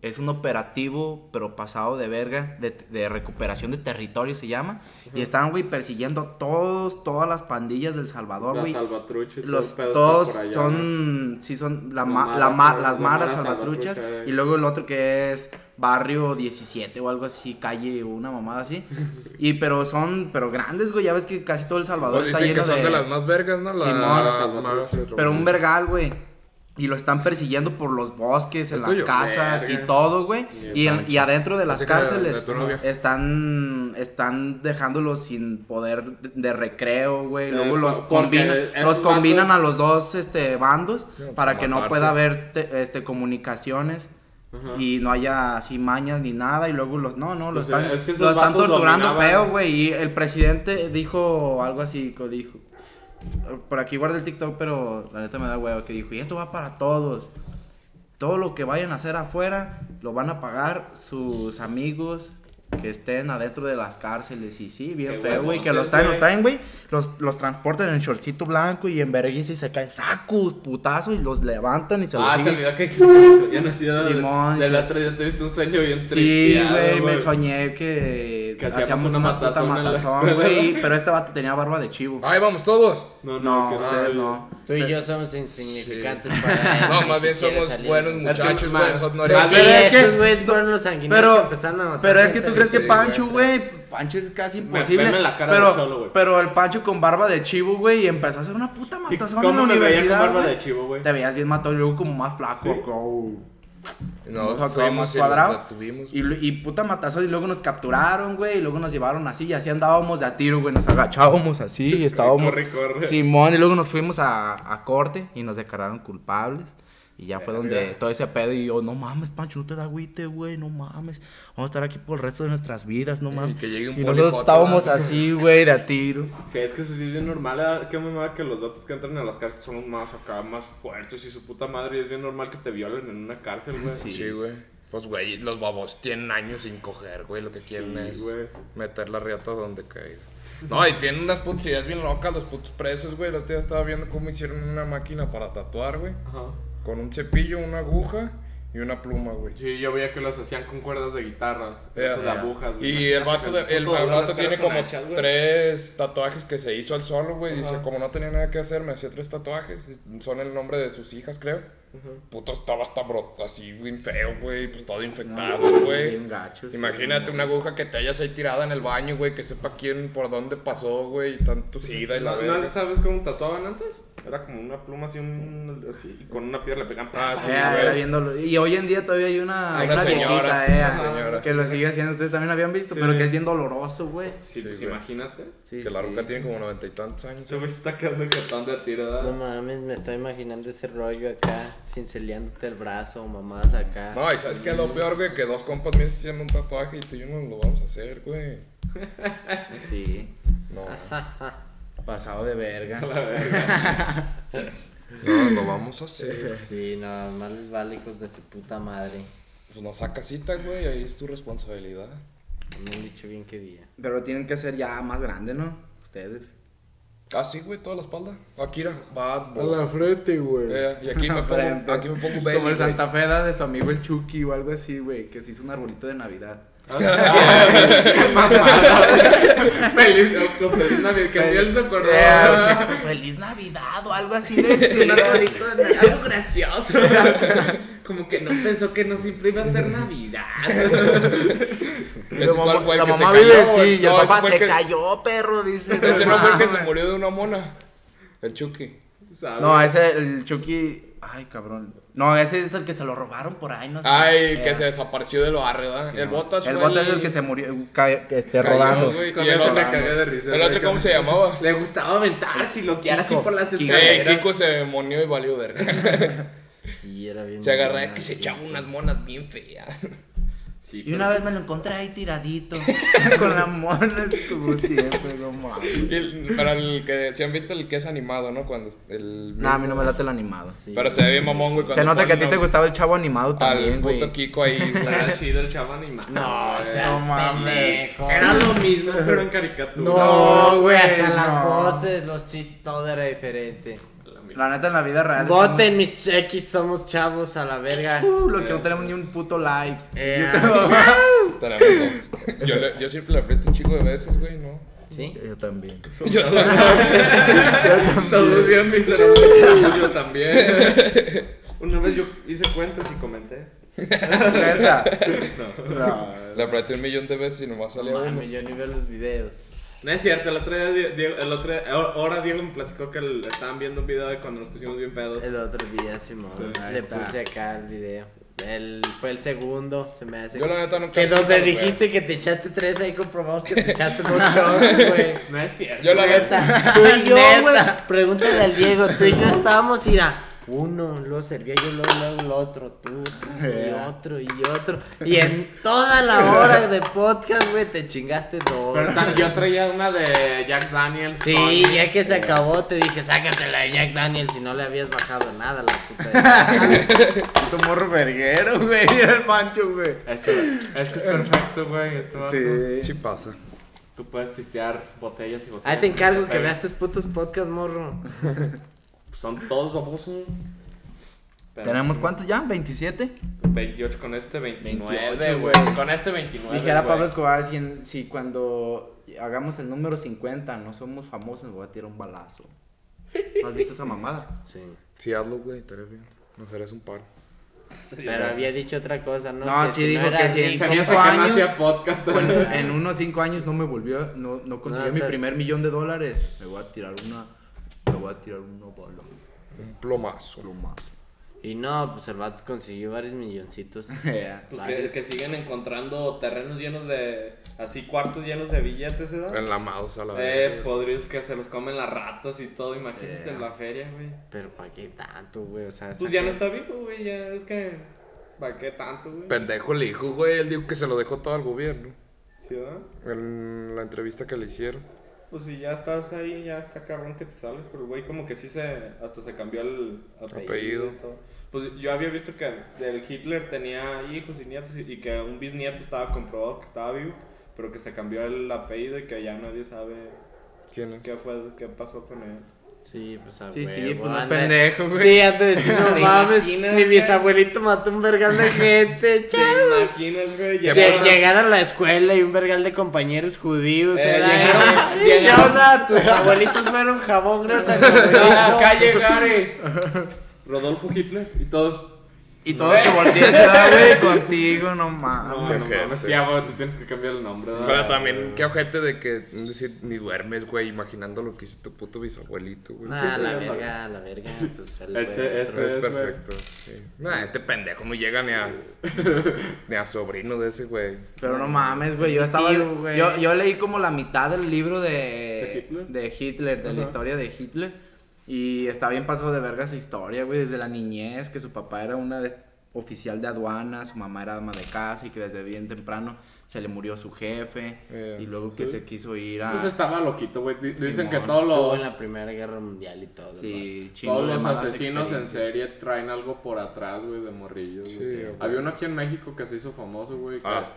Speaker 4: Es un operativo, pero pasado de verga, de, de recuperación de territorio se llama. Y están, güey, persiguiendo a todos, todas las pandillas del Salvador,
Speaker 1: La
Speaker 4: güey.
Speaker 1: salvatrucha y todo el
Speaker 4: Los
Speaker 1: pedo
Speaker 4: todos
Speaker 1: está por allá, ¿no?
Speaker 4: son, sí son la,
Speaker 1: La
Speaker 4: ma-
Speaker 1: Mara
Speaker 4: la ma-
Speaker 1: Sal-
Speaker 4: las
Speaker 1: la Mara
Speaker 4: maras salvatruchas
Speaker 1: Salvatrucha, eh.
Speaker 4: y luego el otro que es barrio 17 o algo así, calle o una mamada así. Y pero son pero grandes, güey, ya ves que casi todo El Salvador
Speaker 2: Pues
Speaker 4: está
Speaker 2: dicen
Speaker 4: lleno
Speaker 2: que son
Speaker 4: de,
Speaker 2: de... las más vergas, ¿no? La,
Speaker 4: Simón.
Speaker 2: la-
Speaker 1: Ah, Salvatrucha.
Speaker 4: pero un vergal, güey. Y lo están persiguiendo por los bosques, en
Speaker 2: Esto
Speaker 4: las
Speaker 2: yo-
Speaker 4: casas
Speaker 1: verga.
Speaker 4: y todo, güey.
Speaker 1: Y
Speaker 4: Y, en- y adentro de las
Speaker 2: Así que la- la
Speaker 4: cárceles
Speaker 2: tu novia.
Speaker 4: están, están dejándolos sin poder de, de recreo, güey.
Speaker 1: Eh,
Speaker 4: Luego los,
Speaker 1: po- porque
Speaker 4: combina-
Speaker 1: esos
Speaker 4: los combinan a
Speaker 1: vatos-
Speaker 4: los dos este, bandos
Speaker 2: pues,
Speaker 4: para
Speaker 2: a
Speaker 4: que no
Speaker 2: matarse.
Speaker 4: pueda haber te- este, comunicaciones. Y no haya así mañas ni nada. Y luego los. No, no, los
Speaker 1: Pues,
Speaker 4: están,
Speaker 1: es que esos
Speaker 4: lo están
Speaker 1: vatos
Speaker 4: torturando
Speaker 1: dominaban.
Speaker 4: feo, güey. Y el presidente dijo algo así: co- dijo, por aquí guardé el TikTok, pero la neta me da huevo que dijo, y esto va para todos. Todo lo que vayan a hacer afuera lo van a pagar sus amigos que estén adentro de las cárceles. Y sí, bien
Speaker 1: Qué
Speaker 4: feo, güey.
Speaker 1: huevotes,
Speaker 4: Que los traen, los
Speaker 1: güey.
Speaker 4: traen, güey. Los, los transportan en shortcito blanco y en vergüenza y se caen sacos, putazo, y los levantan y se los
Speaker 1: Ah, se
Speaker 4: siguen.
Speaker 1: olvidó que ya no hacía
Speaker 4: Simón,
Speaker 1: Del
Speaker 4: sí.
Speaker 1: otro día tuviste un sueño bien
Speaker 4: Sí,
Speaker 1: tripeado,
Speaker 4: güey, me soñé que,
Speaker 1: Que hacíamos
Speaker 4: hacíamos,
Speaker 1: una
Speaker 4: una, puta
Speaker 1: matazón en la
Speaker 4: matazón,
Speaker 1: escuela. Ah,
Speaker 4: güey. Pero este vato tenía barba de chivo.
Speaker 2: Ahí vamos todos.
Speaker 1: No,
Speaker 4: No,
Speaker 1: que ah,
Speaker 4: ustedes
Speaker 1: ay,
Speaker 4: no.
Speaker 3: Tú y yo somos insignificantes
Speaker 2: Sí.
Speaker 3: para él,
Speaker 2: No,
Speaker 3: ni
Speaker 2: más bien
Speaker 3: siquiera
Speaker 2: somos
Speaker 3: salimos.
Speaker 2: buenos
Speaker 1: Es que,
Speaker 2: muchachos,
Speaker 1: man,
Speaker 2: güey. Nosotros no
Speaker 4: Pero
Speaker 3: Pero
Speaker 2: haríamos
Speaker 3: sí,
Speaker 4: es
Speaker 2: eso.
Speaker 4: que-
Speaker 3: estos güeyes fueron los sanguinarios que
Speaker 4: Pero,
Speaker 3: empezaron a matar
Speaker 4: pero es que
Speaker 3: gente.
Speaker 4: tú crees que
Speaker 2: Sí,
Speaker 4: Pancho,
Speaker 3: güey.
Speaker 4: güey, Pancho es casi imposible.
Speaker 1: veme la cara
Speaker 4: pero,
Speaker 1: del cholo, güey.
Speaker 4: pero el Pancho con barba de chivo, güey, y empezó a hacer una puta
Speaker 1: ¿Y
Speaker 4: matazón en la
Speaker 1: ¿Cómo me veía con
Speaker 4: universidad.
Speaker 1: barba
Speaker 4: güey?
Speaker 1: de chivo, güey?
Speaker 4: Te veías bien matón, y luego como más flaco.
Speaker 1: ¿Sí?
Speaker 4: como-
Speaker 2: No,
Speaker 4: acá más
Speaker 2: fuimos y nos
Speaker 4: este. cuadrado.
Speaker 2: detuvimos.
Speaker 4: Y, lu- y puta matazón, y luego nos capturaron, güey, y luego nos llevaron así, y así andábamos de a tiro, güey, nos agachábamos así, y estábamos.
Speaker 1: Corre, corre.
Speaker 4: Simón, y luego nos fuimos a, a corte y nos declararon culpables. Y
Speaker 2: Eh,
Speaker 4: ya fue donde
Speaker 2: Verga.
Speaker 4: todo ese pedo y yo, no mames, Pancho, no te da agüite, güey, no mames. Vamos a estar aquí por el resto de nuestras vidas, no mames.
Speaker 2: que llegue un
Speaker 4: y nosotros
Speaker 2: polijoto,
Speaker 4: estábamos
Speaker 2: ¿verdad?
Speaker 4: así, güey, de a tiro.
Speaker 1: Sí, es que eso sí es bien normal. ah, Qué mamada que los datos que entran a las cárceles son más acá, más fuertes y su puta madre. Y es bien normal que te violen en una cárcel, güey.
Speaker 2: Sí, güey. Pues, güey, los babos tienen años sin coger, güey. Lo que quieren es
Speaker 1: güey.
Speaker 2: meter la riata donde caiga. No, y tienen unas putas ideas bien locas los putos presos, güey. El otro día estaba viendo cómo hicieron una máquina para tatuar, güey.
Speaker 1: Ajá.
Speaker 2: Con un cepillo, una aguja y una pluma, güey.
Speaker 1: Sí, yo veía que los hacían con cuerdas de guitarras.
Speaker 2: Yeah.
Speaker 1: esas agujas, güey.
Speaker 2: Y el vato, de- el, el
Speaker 1: Todo,
Speaker 2: vato
Speaker 1: las
Speaker 2: tiene
Speaker 1: caras
Speaker 2: como
Speaker 1: anachas, güey.
Speaker 2: tres tatuajes que se hizo al solo, güey. Dice,
Speaker 1: Ajá.
Speaker 2: como no tenía nada que hacer, me hacía tres tatuajes. Son el nombre de sus hijas, creo. Puto, estaba hasta bro- así, bien feo, güey. Pues todo infectado, güey.
Speaker 4: Bien gachos.
Speaker 2: Imagínate una aguja que te hayas ahí tirada en el baño, güey. Que sepa quién, por dónde pasó, güey. Y tanto sida y la
Speaker 1: ¿No, no
Speaker 2: verga.
Speaker 1: sabes cómo tatuaban antes? Era como una pluma así, un- así y con una piedra le pegaban.
Speaker 2: Ah, sí,
Speaker 4: Ea,
Speaker 2: güey.
Speaker 4: era bien dolor- Y hoy en día todavía hay una,
Speaker 2: Hay una señora,
Speaker 4: viejita, ea,
Speaker 2: una señora,
Speaker 4: que lo sigue haciendo. Ustedes también habían visto,
Speaker 1: Sí.
Speaker 4: pero que es bien doloroso, güey.
Speaker 1: Sí,
Speaker 2: Sí,
Speaker 1: pues
Speaker 2: güey.
Speaker 1: imagínate.
Speaker 4: Sí,
Speaker 2: que la
Speaker 4: sí.
Speaker 2: ruca tiene como noventa y tantos años.
Speaker 1: Se me está quedando catón de tirada.
Speaker 3: No mames, me estoy imaginando ese rollo acá, cinceleándote el brazo, mamás acá.
Speaker 2: No, y sabes que lo peor, güey, que dos compas míos hicieron un tatuaje y tú y yo no lo vamos a hacer, güey.
Speaker 4: Sí.
Speaker 2: No.
Speaker 4: Pasado de verga.
Speaker 1: La verga.
Speaker 2: No, lo vamos a hacer.
Speaker 3: Sí, nada más les vale hijos de su puta madre.
Speaker 2: Pues nos saca cita, güey, ahí es tu responsabilidad.
Speaker 3: Me han dicho bien qué día.
Speaker 4: Pero tienen que ser ya más grande, ¿no? Ustedes.
Speaker 2: Ah, sí, güey, toda la espalda. Akira, bad
Speaker 5: A
Speaker 2: boy.
Speaker 5: la frente, güey.
Speaker 2: Eh, y aquí me pongo, aquí me pongo belly,
Speaker 4: Como el
Speaker 2: güey.
Speaker 4: Santa Fe da de su amigo el Chucky o algo así, güey, que se hizo un arbolito de Navidad.
Speaker 2: Ah,
Speaker 1: feliz, no, feliz Navidad. Que él se acordó.
Speaker 4: Yeah, que- ¡Feliz Navidad! o algo así de ese,
Speaker 1: Un
Speaker 4: güey.
Speaker 1: arbolito de Navidad, algo gracioso. Como que no pensó que no siempre iba a ser Navidad.
Speaker 2: ¿Ese cuál fue el
Speaker 4: la
Speaker 2: que se
Speaker 4: mamá
Speaker 2: cayó?
Speaker 4: vive, sí, y el
Speaker 2: No, ese
Speaker 4: papá
Speaker 2: fue
Speaker 4: se
Speaker 2: el que-
Speaker 4: cayó, perro, dice.
Speaker 2: Ese no fue el que se
Speaker 4: mames.
Speaker 2: murió de una mona. El Chucky.
Speaker 1: ¿Sabes?
Speaker 4: No, ese, el Chucky. Ay, cabrón. No, ese es el que se lo robaron por ahí, no sé.
Speaker 2: Ay, que
Speaker 4: Era.
Speaker 2: se desapareció del barrio, ¿verdad? el Botas
Speaker 4: Eh. El
Speaker 2: fue
Speaker 4: Botas es el que se murió, ca- que esté
Speaker 2: cayó,
Speaker 4: rodando.
Speaker 2: güey,
Speaker 1: Con
Speaker 2: y el
Speaker 1: eso
Speaker 2: otro,
Speaker 1: me cagué de risa.
Speaker 2: el otro, ¿cómo se llamaba?
Speaker 1: Le gustaba aventar si lo quiera así
Speaker 4: Kiko.
Speaker 1: por las
Speaker 4: Kiko.
Speaker 2: Eh,
Speaker 1: escaleras.
Speaker 2: Kiko se monió y valió verga.
Speaker 3: Y era era bien.
Speaker 2: Se agarra,
Speaker 3: buena,
Speaker 2: es que se
Speaker 3: sí.
Speaker 2: echaba unas monas bien feas.
Speaker 1: Sí,
Speaker 4: Y una
Speaker 1: pero-
Speaker 4: vez me lo encontré ahí tiradito. con la mona, como siempre, no mames.
Speaker 2: Y el- Pero el que, si han visto el que es animado, ¿no? Cuando el...
Speaker 4: Nah, a mí no me late el animado.
Speaker 3: Sí.
Speaker 2: Pero se ve bien mamón, güey.
Speaker 4: Se
Speaker 2: cuando
Speaker 4: nota que a ti
Speaker 2: ponen
Speaker 4: te gustaba el chavo animado
Speaker 2: Al
Speaker 4: también, güey.
Speaker 2: puto Kiko ahí.
Speaker 1: Estaba chido el chavo animado.
Speaker 3: No, o
Speaker 1: güey.
Speaker 3: sea,
Speaker 4: No
Speaker 3: no
Speaker 4: mames.
Speaker 1: Era lo mismo, pero en caricatura.
Speaker 4: No,
Speaker 3: No,
Speaker 4: güey,
Speaker 3: güey. Hasta las
Speaker 4: no.
Speaker 3: voces, los chistes, todo era diferente.
Speaker 1: La mierda.
Speaker 4: La neta, en la vida real.
Speaker 3: Voten, mis X, somos chavos a la verga.
Speaker 4: estamos- Uh, los que no tenemos ni un puto like.
Speaker 3: Eh,
Speaker 2: Tenemos dos. Yo, le- yo siempre le aprieto un chico de veces, güey, ¿no?
Speaker 3: ¿Sí?
Speaker 4: Yo también.
Speaker 2: Yo también.
Speaker 1: Todos bien miserables. Yo también. Una vez yo hice cuentas y comenté.
Speaker 4: Neta.
Speaker 1: No.
Speaker 4: No.
Speaker 2: Le apreté un millón de veces y nomás salía
Speaker 3: No
Speaker 2: uno.
Speaker 3: mames, yo ni veo los videos.
Speaker 1: No es cierto, el otro día Die- Diego, el otro día- ahora Diego me platicó que el- estaban viendo un video de cuando nos pusimos bien pedos.
Speaker 3: El otro día, Simón,
Speaker 1: Sí.
Speaker 3: le puse acá el video. El, fue el segundo, se me hace.
Speaker 2: Yo la neta nunca
Speaker 3: que
Speaker 2: sé
Speaker 3: donde
Speaker 2: cuál, güey.
Speaker 3: dijiste que te echaste tres, ahí comprobamos que te echaste muchos, güey.
Speaker 1: No es cierto.
Speaker 2: Yo la
Speaker 1: güey.
Speaker 2: neta.
Speaker 3: Neta, Tú y yo,
Speaker 4: Neta.
Speaker 3: güey. Pregúntale al Diego, tú y yo estábamos, mira. Uno, lo servía yo, luego, luego el otro, tú, tú,
Speaker 1: Eh.
Speaker 3: y otro, y otro. Y en toda la hora de podcast, güey, te chingaste dos.
Speaker 1: Pero tan- yo traía una de Jack Daniels.
Speaker 3: Sí,
Speaker 1: con-
Speaker 3: ya que se acabó te dije, sácatela de Jack Daniel si no le habías bajado nada a la puta.
Speaker 4: Tu morro verguero, güey. Era el Pancho, güey.
Speaker 1: Esto, esto este, es perfecto, güey. Esto va-
Speaker 4: Sí.
Speaker 2: Sí pasa.
Speaker 1: Tú puedes pistear botellas y botellas.
Speaker 3: Ahí te encargo que
Speaker 1: Pero
Speaker 3: veas tus putos podcasts, morro.
Speaker 1: Son todos babosos. Pero-
Speaker 4: ¿Tenemos cuántos ya? ¿27?
Speaker 1: 28 con este, 29,
Speaker 4: 28,
Speaker 1: güey.
Speaker 4: güey.
Speaker 1: Con este, 29.
Speaker 4: Dijera
Speaker 1: güey.
Speaker 4: Pablo Escobar si, en- si cuando hagamos el número 50 no somos famosos, me voy a tirar un balazo. ¿No ¿Has visto esa mamada?
Speaker 3: Sí.
Speaker 2: Si hazlo, güey, estaría bien. Nos harías un par.
Speaker 3: Pero había dicho otra cosa, ¿no?
Speaker 4: No, sí
Speaker 3: si
Speaker 4: dijo
Speaker 3: era
Speaker 4: que sí.
Speaker 3: rico,
Speaker 1: Se me hace que
Speaker 4: cinco
Speaker 1: no
Speaker 4: años.
Speaker 1: hacía podcast.
Speaker 4: Bueno, en unos 5 años no me volvió, no, no consiguió
Speaker 3: No,
Speaker 4: mi
Speaker 3: seas-
Speaker 4: primer millón de dólares. Me voy a tirar una, me voy a tirar una bala,
Speaker 2: Un plomazo.
Speaker 4: lo más.
Speaker 3: Y no, pues el vato consiguió varios milloncitos.
Speaker 1: Pues que,
Speaker 3: Varios.
Speaker 1: que siguen encontrando terrenos llenos de. Así, cuartos llenos de billetes, ¿verdad?
Speaker 2: Enlamados a la
Speaker 1: Eh,
Speaker 2: vez.
Speaker 1: podridos que se los comen las ratas y todo. Imagínate
Speaker 4: Eh.
Speaker 1: en la feria, güey.
Speaker 3: Pero ¿para qué tanto, güey? O sea,
Speaker 1: Pues
Speaker 3: saqué-
Speaker 1: ya no está vivo, güey. Ya es que. ¿Para qué tanto, güey?
Speaker 2: Pendejo el hijo, güey. Él dijo que se lo dejó todo al gobierno.
Speaker 1: ¿Sí, verdad?
Speaker 2: En la entrevista que le hicieron.
Speaker 1: Pues si ya estás ahí, ya está cabrón que te sales, pero güey, como que sí se. Hasta se cambió el apellido.
Speaker 2: Apellido.
Speaker 1: y todo. Pues yo había visto que el Hitler tenía hijos y nietos y y que un bisnieto estaba comprobado que estaba vivo, pero que se cambió el apellido y que ya nadie sabe
Speaker 2: ¿Quién es?
Speaker 1: qué fue, qué pasó con él.
Speaker 3: Sí, pues a
Speaker 4: Sí, sí,
Speaker 3: huevo,
Speaker 4: pues no es
Speaker 3: anda-
Speaker 4: pendejo, güey.
Speaker 3: Sí, antes de decir, no
Speaker 1: ¿Te
Speaker 3: mames,
Speaker 1: imaginas,
Speaker 3: mi
Speaker 1: güey?
Speaker 3: bisabuelito mató un vergal de gente,
Speaker 1: ¿Te
Speaker 3: chao.
Speaker 1: imaginas, güey?
Speaker 2: Qué
Speaker 1: Llegaron-
Speaker 3: Lle- Llegar a la escuela y un vergal de compañeros judíos.
Speaker 1: Eh,
Speaker 3: ¿verdad?
Speaker 1: llegaron-
Speaker 3: ¿Qué
Speaker 1: llegaron-
Speaker 3: onda? Tus abuelitos fueron jamón grasa. con
Speaker 1: No,
Speaker 3: abuelito.
Speaker 1: acá llegaron. Rodolfo Hitler y todos.
Speaker 4: Y todos te voltean, "Ah, güey, contigo, no
Speaker 1: No,
Speaker 4: mames.
Speaker 1: no,
Speaker 2: qué
Speaker 1: no,
Speaker 2: ojete.
Speaker 1: sí, ah, bueno, te tienes que cambiar el nombre.
Speaker 2: Pero también, qué ojete de que decir, ni duermes, güey, imaginando lo que hizo tu puto bisabuelito, güey.
Speaker 3: Nah,
Speaker 1: sí,
Speaker 3: la
Speaker 1: sí,
Speaker 3: verga, la verga. Pues él
Speaker 1: Este-
Speaker 3: fue
Speaker 1: este-
Speaker 3: otro.
Speaker 2: Es
Speaker 1: es, güey.
Speaker 2: perfecto. sí. Nah, este pendejo no llega ni a, ni a sobrino de ese, güey.
Speaker 4: Pero no mames, güey, yo estaba...
Speaker 3: Tío, güey.
Speaker 4: yo, yo leí como la mitad del libro de...
Speaker 1: ¿De Hitler?
Speaker 4: De Hitler, de la historia de Hitler. Y está bien pasado de verga su historia, güey, desde la niñez, que su papá era una de- oficial de aduana, su mamá era ama de casa y que desde bien temprano se le murió su jefe.
Speaker 2: Yeah.
Speaker 4: Y luego que se quiso ir a...
Speaker 1: Eh. Pues estaba loquito, güey. Di- Dicen que
Speaker 4: Simón,
Speaker 1: todos
Speaker 3: Estuvo
Speaker 1: los.
Speaker 3: en la Primera Guerra Mundial y todo. ¿no?
Speaker 4: sí, chingo
Speaker 1: Todos
Speaker 4: de
Speaker 1: los
Speaker 4: malas
Speaker 1: asesinos en
Speaker 4: experiencias.
Speaker 1: serie traen algo por atrás, güey, de morrillos.
Speaker 2: Sí,
Speaker 1: güey.
Speaker 2: güey.
Speaker 1: Había uno aquí en México que se hizo famoso, güey, que,
Speaker 2: Ah.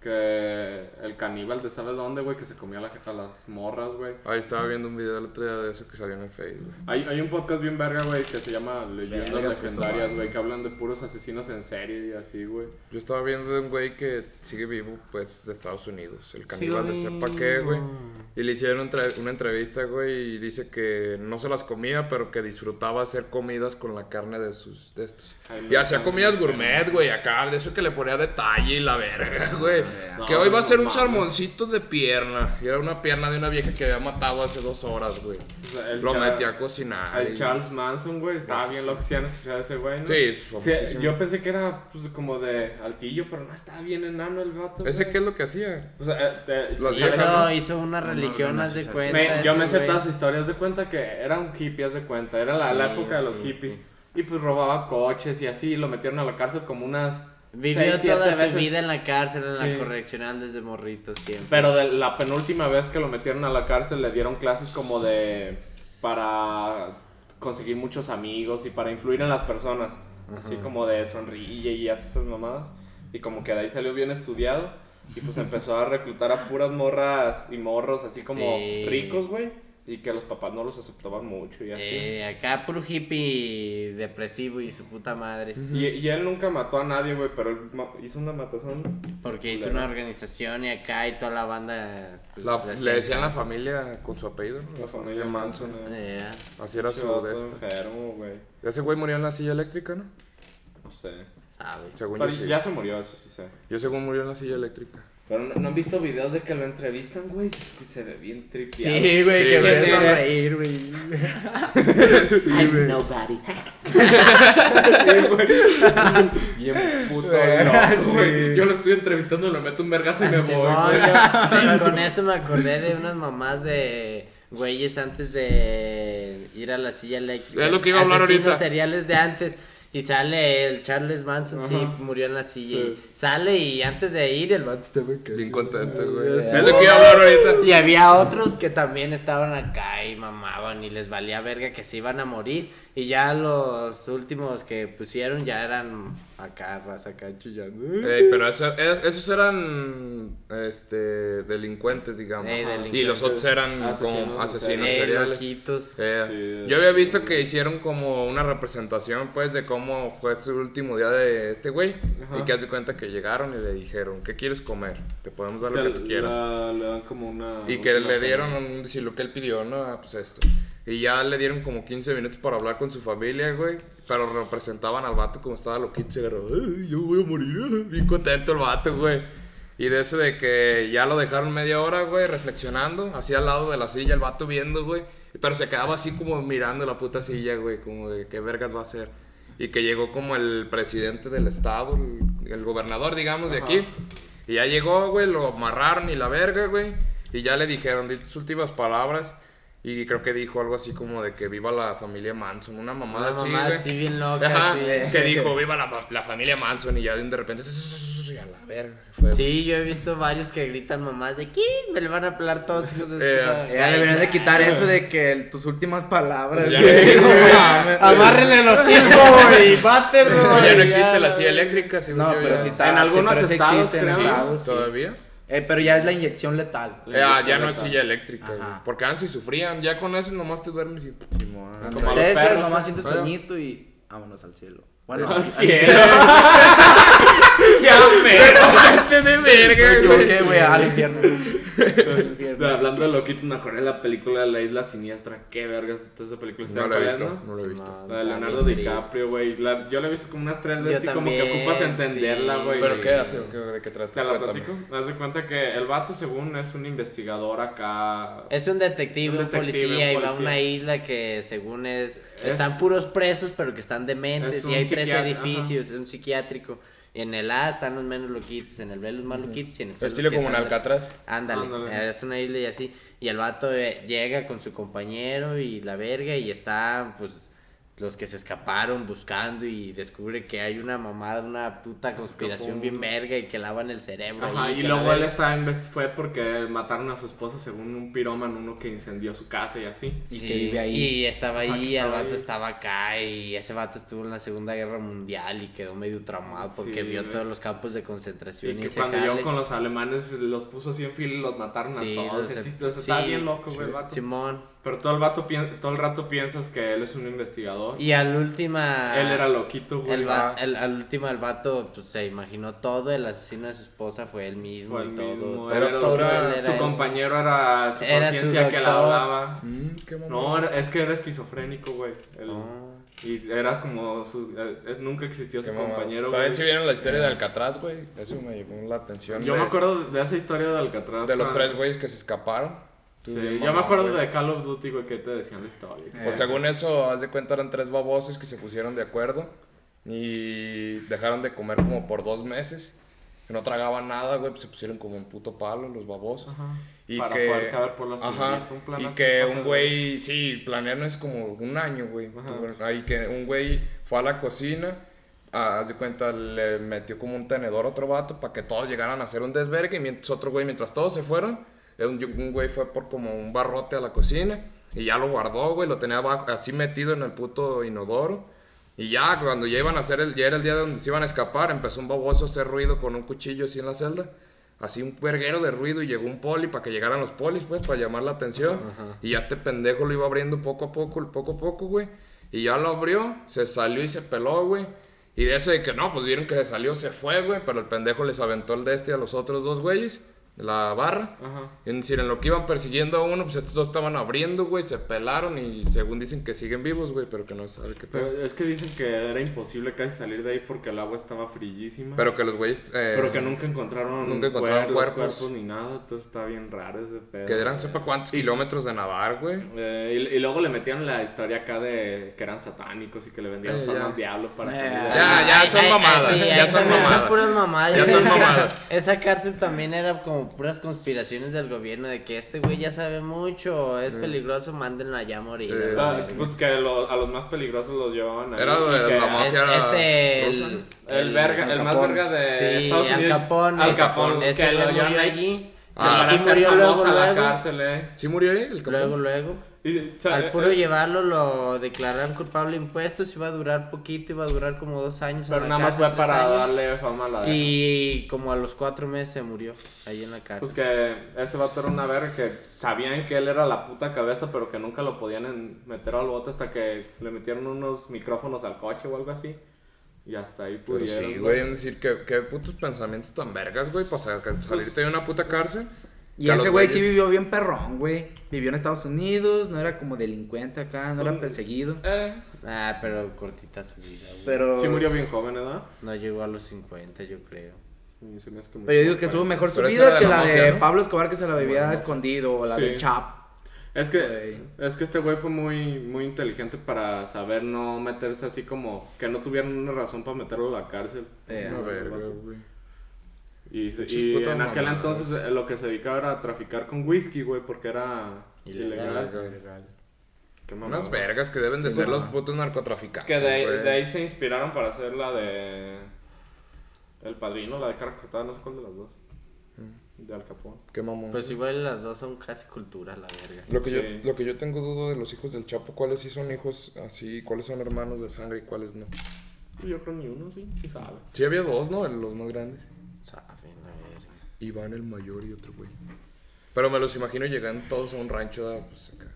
Speaker 1: que el caníbal de sabes dónde, güey, que se comía la- a las morras, güey.
Speaker 2: Ahí estaba viendo un video el otro día de eso que salió en el Facebook.
Speaker 1: Hay, hay un podcast bien verga, güey, que se llama Leyendas
Speaker 4: Verga, puto
Speaker 1: Legendarias,
Speaker 4: madre.
Speaker 1: güey, que hablan de puros asesinos en serie y así, güey.
Speaker 2: Yo estaba viendo de un güey que sigue vivo, pues, de Estados Unidos. El caníbal de
Speaker 3: Sigo
Speaker 2: sepa qué, güey.
Speaker 3: vivo.
Speaker 2: Y le hicieron entre- una entrevista, güey, y dice que no se las comía, pero que disfrutaba hacer comidas con la carne de sus... De estos.
Speaker 1: Ay,
Speaker 2: Y
Speaker 1: no,
Speaker 2: hacía
Speaker 1: no,
Speaker 2: comidas
Speaker 1: no,
Speaker 2: gourmet, güey, acá, de eso que le ponía detalle y la verga, güey.
Speaker 1: No,
Speaker 2: que hoy va a
Speaker 1: no
Speaker 2: ser un
Speaker 1: mames.
Speaker 2: salmoncito de pierna. Y era una pierna de una vieja que había matado hace dos horas, güey.
Speaker 1: O sea, el
Speaker 2: Lo
Speaker 1: Char-
Speaker 2: metía a cocinar.
Speaker 1: El
Speaker 2: y-
Speaker 1: Charles Manson, güey, estaba bien loco, si han escuchado ese güey, ¿no?
Speaker 2: Sí, pues, famosísimo.
Speaker 1: Yo pensé que era, pues, como de altillo, pero no, estaba bien enano el vato.
Speaker 2: ¿Ese
Speaker 1: güey.
Speaker 2: qué es lo que hacía?
Speaker 1: O sea, eh, te-
Speaker 2: Los
Speaker 1: sale-
Speaker 2: viejas,
Speaker 3: Hizo, hizo una
Speaker 4: No,
Speaker 3: religión,
Speaker 4: no,
Speaker 3: haz de
Speaker 4: no,
Speaker 3: cuenta.
Speaker 1: Me- yo
Speaker 3: ese
Speaker 1: me sé
Speaker 3: güey.
Speaker 1: todas las historias de cuenta que era un hippie, haz de cuenta. Era la, la
Speaker 3: Sí,
Speaker 1: época de los
Speaker 3: sí,
Speaker 1: hippies.
Speaker 3: sí.
Speaker 1: Y pues robaba coches y así, lo metieron a la cárcel como unas.
Speaker 3: Vivió
Speaker 1: seis, siete
Speaker 3: toda
Speaker 1: veces.
Speaker 3: su vida en la cárcel, en
Speaker 1: Sí.
Speaker 3: la correccional desde morrito siempre.
Speaker 1: Pero de la penúltima vez que lo metieron a la cárcel le dieron clases como de... para conseguir muchos amigos y para influir en las personas. Así como de sonríe y hace esas mamadas. Y como que de ahí salió bien estudiado. Y pues empezó a reclutar a puras morras y morros así como
Speaker 3: Sí.
Speaker 1: ricos, güey. Y que los papás no los aceptaban mucho y así.
Speaker 3: Eh, acá puro hippie depresivo y su puta madre.
Speaker 1: Y, y él nunca mató a nadie, güey, pero él ma- hizo una matazón.
Speaker 3: Porque hizo
Speaker 1: Culero.
Speaker 3: una organización y acá y toda la banda. pues,
Speaker 2: La-
Speaker 3: le
Speaker 2: le
Speaker 3: hacían
Speaker 2: decían la
Speaker 3: caso.
Speaker 2: familia con su apellido. ¿no?
Speaker 1: La familia Manson. eh.
Speaker 3: Eh,
Speaker 2: Así era
Speaker 1: Ese
Speaker 2: su
Speaker 1: vato
Speaker 2: de este.
Speaker 1: enfermo, güey.
Speaker 2: Ese güey murió en la silla eléctrica, ¿no?
Speaker 1: No sé.
Speaker 3: sabe.
Speaker 2: Según
Speaker 1: Pero
Speaker 2: yo sí.
Speaker 1: ya se murió, eso sí sé.
Speaker 2: Yo según murió en la silla eléctrica.
Speaker 1: Pero no, ¿no han visto videos de que lo entrevistan, güey. Es que se ve bien tripeado.
Speaker 3: Sí, güey,
Speaker 2: Sí,
Speaker 3: que
Speaker 2: güey.
Speaker 3: me hizo
Speaker 2: Eres-
Speaker 3: reír, güey. I'm nobody.
Speaker 1: Bien puto
Speaker 4: Eh,
Speaker 1: loco,
Speaker 4: sí.
Speaker 1: güey. Yo lo estoy entrevistando, le meto un vergazo y me voy,
Speaker 3: Simón,
Speaker 1: güey.
Speaker 3: yo-
Speaker 2: pues.
Speaker 3: con eso me acordé de unas mamás de güeyes antes de ir a la silla eléctrica.
Speaker 2: Es lo que iba a hablar
Speaker 3: Asesinos
Speaker 2: ahorita.
Speaker 3: seriales de antes. Y sale el Charles Manson, sí,
Speaker 1: Ajá.
Speaker 3: murió en la silla.
Speaker 1: Sí.
Speaker 3: y sale y antes de ir, el vato estaba acá.
Speaker 2: Bien contento, güey.
Speaker 3: Sí.
Speaker 2: Es lo que iba a hablar ahorita.
Speaker 3: Y había otros que también estaban acá y mamaban y les valía verga que se iban a morir. Y ya los últimos que pusieron ya eran acá, raza acá chillando.
Speaker 2: Ey, pero eso- es- esos eran este, delincuentes, digamos.
Speaker 3: Ey,
Speaker 2: Y los
Speaker 3: delincuentes.
Speaker 2: otros eran
Speaker 1: Eh, Asesinos,
Speaker 2: como asesinos
Speaker 3: Eh,
Speaker 2: seriales.
Speaker 3: loquitos.
Speaker 2: Eh,
Speaker 1: Sí,
Speaker 2: yo había visto que hicieron como una representación, pues, de cómo fue su último día de este güey.
Speaker 1: Ajá.
Speaker 2: Y que hace cuenta que llegaron y le dijeron, ¿qué quieres comer? Te podemos dar lo
Speaker 1: Que
Speaker 2: que tú quieras.
Speaker 1: la- le dan como una.
Speaker 2: Y que
Speaker 1: última
Speaker 2: le dieron
Speaker 1: cena.
Speaker 2: un, si lo que él pidió, no, Ah, pues esto. Y ya le dieron como 15 minutos para hablar con su familia, güey. Pero representaban al vato como estaba loquito. Se agarró, "Ay, yo voy a morir. ah", Bien contento el vato, güey. Y de eso de que ya lo dejaron media hora, güey, reflexionando. Así al lado de la silla, el vato viendo, güey. Pero se quedaba así como mirando la puta silla, güey. Como de qué vergas va a hacer. Y que llegó como el presidente del estado, el, el gobernador, digamos, de
Speaker 1: Ajá.
Speaker 2: aquí. Y ya llegó, güey, lo amarraron y la verga, güey. Y ya le dijeron di tus últimas palabras. Y creo que dijo algo así como de que viva la familia Manson. Una mamada
Speaker 3: Una
Speaker 2: así,
Speaker 3: mamá
Speaker 2: Ah, güey.
Speaker 3: así bien loca,
Speaker 2: Ajá,
Speaker 3: así de-
Speaker 2: Que dijo viva la, fa- la familia Manson. Y ya de repente. Y a la verga. se fue.
Speaker 3: Sí, yo he visto varios que gritan mamás de ¿qué? Me le van a pelar todos hijos de su
Speaker 2: Eh,
Speaker 4: Ya
Speaker 3: puta-
Speaker 4: deberías de quitar eso de que el- tus últimas palabras.
Speaker 2: Ya
Speaker 4: güey.
Speaker 2: no existe, güey.
Speaker 3: Amárrele los hijos y bátelo.
Speaker 2: Ya
Speaker 3: y
Speaker 2: no existe la
Speaker 3: la
Speaker 2: silla eléctrica, según
Speaker 4: No,
Speaker 2: yo,
Speaker 4: pero
Speaker 2: ya.
Speaker 4: sí
Speaker 2: Sí,
Speaker 4: está.
Speaker 1: En algunos
Speaker 4: pero sí
Speaker 1: estados,
Speaker 4: existe en
Speaker 1: creo.
Speaker 4: estados, sí.
Speaker 2: ¿Todavía?
Speaker 4: Eh, pero ya es la inyección letal.
Speaker 1: La
Speaker 2: Eh, ah,
Speaker 1: inyección
Speaker 2: ya no es
Speaker 1: letal.
Speaker 2: silla eléctrica. güey.
Speaker 4: Ajá.
Speaker 2: Porque antes sí sufrían. Ya con eso nomás te duermes y.
Speaker 4: Como
Speaker 1: Como a los
Speaker 4: ustedes
Speaker 1: perros,
Speaker 4: nomás
Speaker 1: ¿eh?
Speaker 4: sientes
Speaker 2: Bueno.
Speaker 4: soñito y vámonos al cielo. Bueno,
Speaker 1: Al
Speaker 4: aquí-
Speaker 1: cielo. ya
Speaker 2: Te pasaste de
Speaker 4: Me
Speaker 2: verga, güey.
Speaker 4: equivoqué, güey, al infierno. Al infierno.
Speaker 1: me- Hablando de loquitos, me acordé de la película de La Isla Siniestra. Qué vergas está esa película.
Speaker 2: No
Speaker 1: ¿Saben
Speaker 2: lo he
Speaker 1: cuál es,
Speaker 2: visto,
Speaker 1: no?
Speaker 2: no lo he visto.
Speaker 1: La de Leonardo DiCaprio, güey. La- Yo la he visto como unas tres
Speaker 3: Yo
Speaker 1: veces y como que
Speaker 3: también,
Speaker 1: ocupas entenderla,
Speaker 3: sí.
Speaker 1: güey.
Speaker 2: ¿Pero qué hace? ¿O qué- ¿De qué trata?
Speaker 1: Te la
Speaker 2: Cuéntame.
Speaker 1: platico. Haz de cuenta que el vato, según, es un investigador acá.
Speaker 3: Es un detective,
Speaker 1: Un
Speaker 3: un,
Speaker 1: detective,
Speaker 3: policía,
Speaker 1: un
Speaker 3: y va a
Speaker 1: policía.
Speaker 3: una isla que según es,
Speaker 1: Es-
Speaker 3: Están puros presos, pero que están dementes.
Speaker 1: es un
Speaker 3: Y hay tres
Speaker 1: psiquiatra,
Speaker 3: edificios, es un psiquiátrico. En el A están los menos loquitos, en el B los más loquitos y en el C los
Speaker 2: Estilo
Speaker 3: que
Speaker 2: como en
Speaker 3: están de-
Speaker 2: Alcatraz.
Speaker 3: Ándale,
Speaker 1: Ándale.
Speaker 3: eh, es una isla y así. Y el vato eh, llega con su compañero y la verga y está, pues, los que se escaparon buscando y descubre que hay una mamada, una puta conspiración
Speaker 1: escapó.
Speaker 3: bien verga y que lavan el cerebro.
Speaker 1: Ajá,
Speaker 3: ahí,
Speaker 1: y
Speaker 3: que la
Speaker 1: luego él
Speaker 3: verga.
Speaker 1: está en fue porque mataron a su esposa según un pirómano, uno que incendió su casa y así.
Speaker 4: Y
Speaker 3: Sí,
Speaker 4: que vive ahí.
Speaker 3: Y estaba
Speaker 1: Ajá,
Speaker 3: ahí,
Speaker 1: que
Speaker 3: el
Speaker 1: estaba
Speaker 3: vato
Speaker 1: ahí.
Speaker 3: estaba acá y ese vato estuvo en la Segunda Guerra Mundial y quedó medio tramado porque
Speaker 1: Sí,
Speaker 3: vio
Speaker 1: güey.
Speaker 3: todos los campos de
Speaker 1: Y
Speaker 3: concentración y,
Speaker 1: que
Speaker 3: ese
Speaker 1: cuando
Speaker 3: jale.
Speaker 1: llegaron con los alemanes los puso así en fila y los mataron
Speaker 3: Sí,
Speaker 1: a todos.
Speaker 3: los-
Speaker 1: Así, o sea, estaba
Speaker 3: sí,
Speaker 1: bien loco, güey, el vato.
Speaker 3: Simón.
Speaker 1: Pero todo el, vato pien- todo el rato piensas que él es un investigador.
Speaker 3: Y al última...
Speaker 1: él era loquito, güey.
Speaker 3: El va-
Speaker 1: Ah,
Speaker 3: el- al último, el vato pues, se imaginó todo. El asesino de su esposa fue él mismo
Speaker 1: fue
Speaker 3: y
Speaker 1: el
Speaker 3: todo.
Speaker 1: mismo,
Speaker 3: todo,
Speaker 1: él era
Speaker 3: todo
Speaker 1: loquito.
Speaker 3: él era
Speaker 1: su
Speaker 3: él.
Speaker 1: compañero era su
Speaker 3: Era su
Speaker 1: conciencia que la
Speaker 3: doctor.
Speaker 1: hablaba.
Speaker 2: Mm, qué mamón.
Speaker 1: No, era- es que era esquizofrénico, güey. El-
Speaker 3: Ah.
Speaker 1: Y era como su... eh, nunca existió
Speaker 2: Qué
Speaker 1: su
Speaker 2: mamón.
Speaker 1: compañero,
Speaker 2: También
Speaker 1: güey.
Speaker 2: si vieron la historia de Alcatraz, güey. Eso me llamó la atención.
Speaker 1: Yo
Speaker 2: de,
Speaker 1: me acuerdo de esa historia de Alcatraz.
Speaker 2: de los
Speaker 1: cuando-
Speaker 2: tres güeyes que se escaparon.
Speaker 1: Sí,
Speaker 2: Tú,
Speaker 1: yo me
Speaker 2: mamá,
Speaker 1: acuerdo
Speaker 2: güey.
Speaker 1: de Call of Duty, güey, que te decían la historia.
Speaker 2: O Pues según eso, haz de cuenta, eran tres babosos que se pusieron de acuerdo y dejaron de comer como por dos meses. que no tragaban nada, güey, pues se pusieron como un puto palo los babosos. Y
Speaker 1: Para
Speaker 2: que,
Speaker 1: poder caber por las
Speaker 2: Ajá.
Speaker 1: tuberías, fue un
Speaker 2: Y
Speaker 1: planazo
Speaker 2: que
Speaker 1: pasado.
Speaker 2: un güey, sí, planear no es como un año, güey. Tú- Ahí que un güey fue a la cocina, ah, haz de cuenta, le metió como un tenedor a otro vato para que todos llegaran a hacer un desvergue. Y mientras otro güey, mientras todos se fueron, eh, un, un güey fue por como un barrote a la cocina y ya lo guardó, güey. Lo tenía abajo- así metido en el puto inodoro. Y ya, cuando ya iban a hacer el, ya era el día donde se iban a escapar, empezó un baboso a hacer ruido con un cuchillo así en la celda. Así un verguero de ruido y llegó un poli para que llegaran los polis, pues, para llamar la atención. Y ya este pendejo lo iba abriendo poco a poco, poco a poco, güey. Y ya lo abrió, se salió y se peló, güey. Y de eso de que no, pues vieron que se salió, se fue, güey. Pero el pendejo les aventó el de este a los otros dos güeyes, la barra.
Speaker 1: Ajá.
Speaker 2: Es decir, en lo que iban persiguiendo a uno, pues estos dos estaban abriendo, güey, se pelaron y según dicen que siguen vivos, güey, pero que no sabe qué pedo.
Speaker 1: Pero es que dicen que era imposible casi salir de ahí porque el agua estaba frillísima.
Speaker 2: Pero que los güeyes. eh,
Speaker 1: Pero que nunca encontraron,
Speaker 2: nunca encontraron
Speaker 1: cuer- los
Speaker 2: cuerpos.
Speaker 1: ni nada, entonces está bien raro ese pedo.
Speaker 2: Que eran sepa cuántos kilómetros de nadar, güey.
Speaker 1: Eh, y, y luego le metían la historia acá de que eran satánicos y que le vendían
Speaker 2: Eh,
Speaker 1: los armas
Speaker 2: ya.
Speaker 1: al diablo para
Speaker 3: Eh,
Speaker 1: salir de ahí.
Speaker 2: Ya, ya son
Speaker 3: Ay, ay,
Speaker 2: mamadas.
Speaker 3: sí,
Speaker 2: Ya
Speaker 3: ahí
Speaker 2: son
Speaker 3: también
Speaker 2: mamadas.
Speaker 3: Son puras mamadas.
Speaker 2: Ya
Speaker 3: Yo
Speaker 2: son
Speaker 3: creo que
Speaker 2: mamadas.
Speaker 3: Esa cárcel también era como puras conspiraciones del gobierno de que este güey ya sabe mucho, es peligroso, mándenlo allá a morir.
Speaker 2: Eh,
Speaker 3: ¿no?
Speaker 1: Ah, Pues que lo- a los más peligrosos los llevaban ahí.
Speaker 2: Era
Speaker 1: y
Speaker 2: de
Speaker 1: que-
Speaker 2: la mafia.
Speaker 3: Es- este,
Speaker 2: rusa,
Speaker 3: el-
Speaker 1: El, verga,
Speaker 4: Al
Speaker 1: el más
Speaker 4: Capone.
Speaker 1: verga de
Speaker 3: sí,
Speaker 1: Estados
Speaker 3: Al
Speaker 1: Unidos.
Speaker 3: Capone.
Speaker 1: Al Capone.
Speaker 3: Ese
Speaker 1: que
Speaker 3: güey
Speaker 1: lo llevan
Speaker 3: murió
Speaker 1: ahí.
Speaker 3: allí.
Speaker 2: Ah.
Speaker 1: para
Speaker 3: y
Speaker 1: ser
Speaker 3: murió
Speaker 1: famoso
Speaker 3: luego,
Speaker 1: a la
Speaker 3: luego.
Speaker 1: cárcel, eh.
Speaker 2: ¿Sí murió ahí? El
Speaker 3: Luego,
Speaker 2: capitán?
Speaker 3: luego.
Speaker 1: Y, o sea,
Speaker 3: Al
Speaker 1: eh,
Speaker 3: puro llevarlo lo declararon culpable de impuestos, iba a durar poquito, iba a durar como dos años. en
Speaker 1: Pero
Speaker 3: la
Speaker 1: nada más
Speaker 3: cárcel,
Speaker 1: fue
Speaker 3: tres
Speaker 1: para
Speaker 3: años.
Speaker 1: darle fama a la verga.
Speaker 3: Y como a los cuatro meses se murió ahí en la cárcel.
Speaker 1: Pues que ese vato era una verga que sabían que él era la puta cabeza, pero que nunca lo podían en- meter al bote hasta que le metieron unos micrófonos al coche o algo así. Y hasta ahí
Speaker 2: Pero
Speaker 1: pudieron.
Speaker 2: sí,
Speaker 1: güey.
Speaker 2: güey. Es decir, que qué putos pensamientos tan vergas, güey, para sa-
Speaker 1: Pues
Speaker 2: salirte de una puta cárcel.
Speaker 4: Y
Speaker 2: Que a
Speaker 4: ese
Speaker 2: los
Speaker 4: güey sí
Speaker 2: güeyes-
Speaker 4: vivió bien perrón, güey. Vivió en Estados Unidos, no era como delincuente acá, no era perseguido.
Speaker 1: Eh,
Speaker 3: Ah, pero cortita su vida, güey.
Speaker 4: Pero,
Speaker 1: sí murió bien joven, ¿verdad?
Speaker 3: No llegó a los 50, yo creo.
Speaker 1: Sí, se me hace que muy
Speaker 4: pero yo digo que
Speaker 1: joven.
Speaker 4: estuvo mejor su
Speaker 2: Pero esa
Speaker 4: vida
Speaker 2: era
Speaker 4: que
Speaker 2: la
Speaker 4: la
Speaker 2: mafia,
Speaker 4: de
Speaker 2: ¿no?
Speaker 4: Pablo Escobar que se la bebía escondido o la
Speaker 1: Sí.
Speaker 4: de Chap.
Speaker 1: Es que, es que este güey fue muy, muy inteligente para saber no meterse así como que no tuvieran una razón para meterlo a la cárcel.
Speaker 4: Eh,
Speaker 2: Una verga, güey.
Speaker 1: Y, se-
Speaker 2: Muchas
Speaker 1: y
Speaker 2: putas
Speaker 1: en aquel
Speaker 2: mamadas.
Speaker 1: entonces eh, lo que se dedicaba era a traficar con whisky, güey, porque era
Speaker 3: Ilegal.
Speaker 1: ilegal. Qué mamada.
Speaker 2: Unas vergas que deben de ser los putos
Speaker 1: Que
Speaker 2: narcotraficantes.
Speaker 1: de ahí,
Speaker 2: güey.
Speaker 1: de ahí se inspiraron para hacer la de. El padrino, la de cara cortada, no sé cuál de las dos.
Speaker 2: Mm.
Speaker 1: De Al Capón.
Speaker 2: Qué mamón.
Speaker 3: Pues igual las dos son casi cultura, la verga.
Speaker 2: Lo que,
Speaker 1: Sí.
Speaker 2: yo, lo que yo tengo duda de los hijos del Chapo, ¿cuáles sí son hijos así? ¿Cuáles son hermanos de sangre y cuáles no?
Speaker 1: Yo creo ni uno, sí, quién sabe.
Speaker 2: Sí había dos, ¿no? Los más grandes.
Speaker 3: Saben, la verga.
Speaker 2: Iván el mayor y otro güey. Pero me los imagino llegando todos a un rancho de, pues, acá.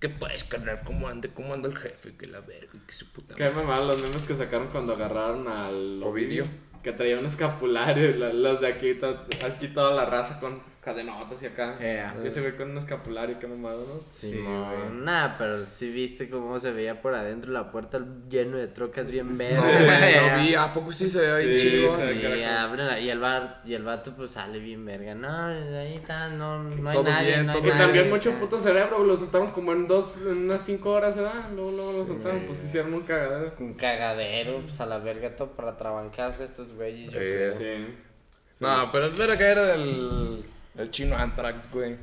Speaker 2: ¿Qué puedes, carnal? ¿Cómo anda, cómo anda el jefe? Que la verga, que su puta
Speaker 1: Qué
Speaker 2: madre.
Speaker 1: mamada los memes que sacaron cuando agarraron al.
Speaker 2: Ovidio.
Speaker 1: Que traía un escapulario, la- los de aquí, to- aquí toda la raza con cadenotas y acá.
Speaker 4: Ea.
Speaker 1: Y Ese güey con un escapulario, qué mamada, ¿no?
Speaker 3: Simón, nah, pero sí viste cómo se veía por adentro la puerta lleno de trocas bien
Speaker 2: No,
Speaker 3: verdes.
Speaker 2: güey, no vi. ¿A poco sí se ve ahí
Speaker 1: Sí,
Speaker 2: chingón?
Speaker 1: se ve.
Speaker 3: Sí,
Speaker 1: Caracol.
Speaker 3: ábrela, Ah, y el bar, y el vato pues sale bien verga. No, ahí está, no, no hay
Speaker 2: Todo
Speaker 3: nadie,
Speaker 2: bien,
Speaker 3: no hay
Speaker 2: todo
Speaker 1: Que
Speaker 3: nadie.
Speaker 1: también mucho puto cerebro, lo soltaron como en dos, en unas cinco horas, ¿verdad? Luego, luego lo soltaron, pues hicieron un cagadero.
Speaker 3: Un cagadero, pues a la verga todo para trabancarse estos güeyes. yo creo.
Speaker 2: Eh,
Speaker 1: Sí.
Speaker 2: No, pero espera que era del el chino Antrac, güey.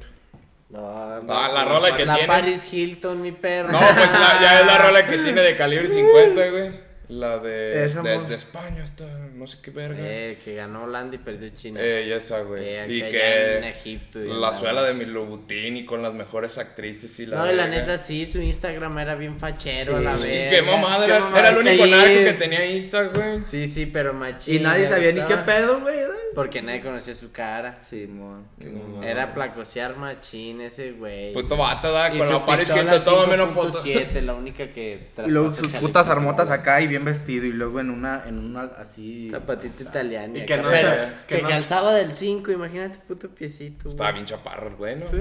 Speaker 3: No,
Speaker 2: Ah, la rola que
Speaker 3: la
Speaker 2: tiene.
Speaker 3: Paris Hilton, mi perro.
Speaker 2: No, pues la- ya es la rola que tiene de
Speaker 3: Uh.
Speaker 2: calibre 50, güey. La de,
Speaker 4: Esa
Speaker 2: de,
Speaker 4: mo-
Speaker 2: de España hasta no sé qué verga.
Speaker 3: Eh, que ganó Holanda y perdió China.
Speaker 2: Eh, ya esa, güey.
Speaker 3: Eh,
Speaker 2: y
Speaker 3: acá
Speaker 2: que
Speaker 3: allá en Egipto y
Speaker 2: la
Speaker 3: la-
Speaker 2: suela de mi Louboutin y con las mejores actrices y la
Speaker 3: no, y la
Speaker 2: verga.
Speaker 3: neta sí, su Instagram era bien fachero, la
Speaker 2: Sí,
Speaker 3: verga.
Speaker 2: qué mamada, era,
Speaker 3: mamada.
Speaker 2: era el único
Speaker 3: Sí.
Speaker 2: narco que tenía Insta, güey.
Speaker 3: Sí, sí, pero machín.
Speaker 4: Y nadie
Speaker 3: me
Speaker 4: sabía ni qué
Speaker 3: gustaba,
Speaker 4: pedo, güey. ¿eh?
Speaker 3: Porque nadie conocía su cara.
Speaker 4: Simón.
Speaker 3: Era placosear machín ese güey.
Speaker 2: Puto vato, da,
Speaker 3: Y
Speaker 2: con
Speaker 3: su
Speaker 2: la Paris
Speaker 3: pistola
Speaker 2: Hilton todo menos fotos.
Speaker 3: 5.7, la única que
Speaker 4: Y luego
Speaker 3: traspasa
Speaker 4: sus
Speaker 3: el
Speaker 4: putas
Speaker 3: chaleco.
Speaker 4: armotas acá y bien vestido. Y luego en una, en una así.
Speaker 3: Zapatito italiano.
Speaker 1: Y
Speaker 3: acá,
Speaker 1: que no
Speaker 3: pero
Speaker 1: se- que
Speaker 3: Que
Speaker 1: no-
Speaker 3: calzaba del 5, imagínate, puto piecito.
Speaker 2: Estaba
Speaker 3: güey.
Speaker 2: bien chaparro el güey, ¿no?
Speaker 1: Sí.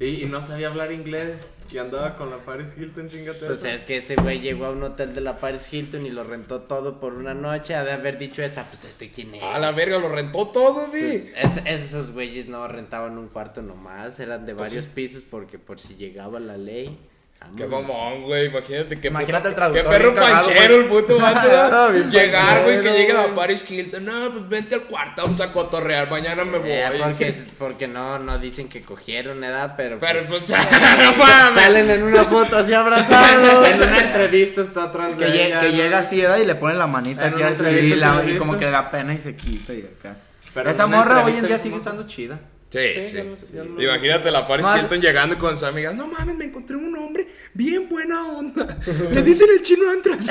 Speaker 1: Y, y no sabía hablar inglés y andaba con la Paris Hilton, chingate.
Speaker 3: Pues es que ese güey llegó a un hotel de la Paris Hilton y lo rentó todo por una noche. Ha de haber dicho esta, pues este quién es.
Speaker 2: A la verga, lo rentó todo, di.
Speaker 3: Pues, es- esos güeyes no rentaban un cuarto nomás, eran de varios pisos porque por si llegaba la ley.
Speaker 2: Pues Qué mamón, güey. Imagínate que.
Speaker 4: Imagínate el
Speaker 2: Qué
Speaker 4: traductor
Speaker 2: perro
Speaker 4: bien cagado,
Speaker 2: panchero
Speaker 4: güey.
Speaker 2: el puto vato. ¿verdad?
Speaker 4: Bien
Speaker 2: Llegar, güey, que
Speaker 4: panchero,
Speaker 2: llegue la
Speaker 4: güey.
Speaker 2: Paris Hilton. No, pues vente al cuarto, vamos a cotorrear. Mañana me voy.
Speaker 3: Eh, porque, porque no, no dicen que cogieron, edad, pero.
Speaker 2: Pero
Speaker 3: pues,
Speaker 2: pues, no mames.
Speaker 3: salen en una foto así abrazados.
Speaker 1: En una entrevista está atrás
Speaker 4: Que,
Speaker 1: de
Speaker 4: lle-
Speaker 1: ella,
Speaker 4: que
Speaker 1: ¿no?
Speaker 4: llega así, ¿verdad? Y le ponen la manita
Speaker 1: En
Speaker 4: aquí
Speaker 1: una
Speaker 4: así,
Speaker 1: entrevista,
Speaker 4: y, la-
Speaker 1: ¿sí lo has
Speaker 4: y como
Speaker 1: visto?
Speaker 4: que le da pena y se quita y acá.
Speaker 1: Pero
Speaker 4: Esa
Speaker 1: en una
Speaker 4: morra hoy en
Speaker 1: entrevista
Speaker 4: día
Speaker 1: es
Speaker 4: sigue
Speaker 1: como-
Speaker 4: estando chida.
Speaker 2: Sí,
Speaker 1: Sí, ya lo-
Speaker 2: sí.
Speaker 1: ya lo-
Speaker 2: Imagínate la Paris
Speaker 4: Madre-
Speaker 2: Hilton llegando con sus amigas. No mames, me encontré un hombre bien buena onda. Le dicen el chino Antrax.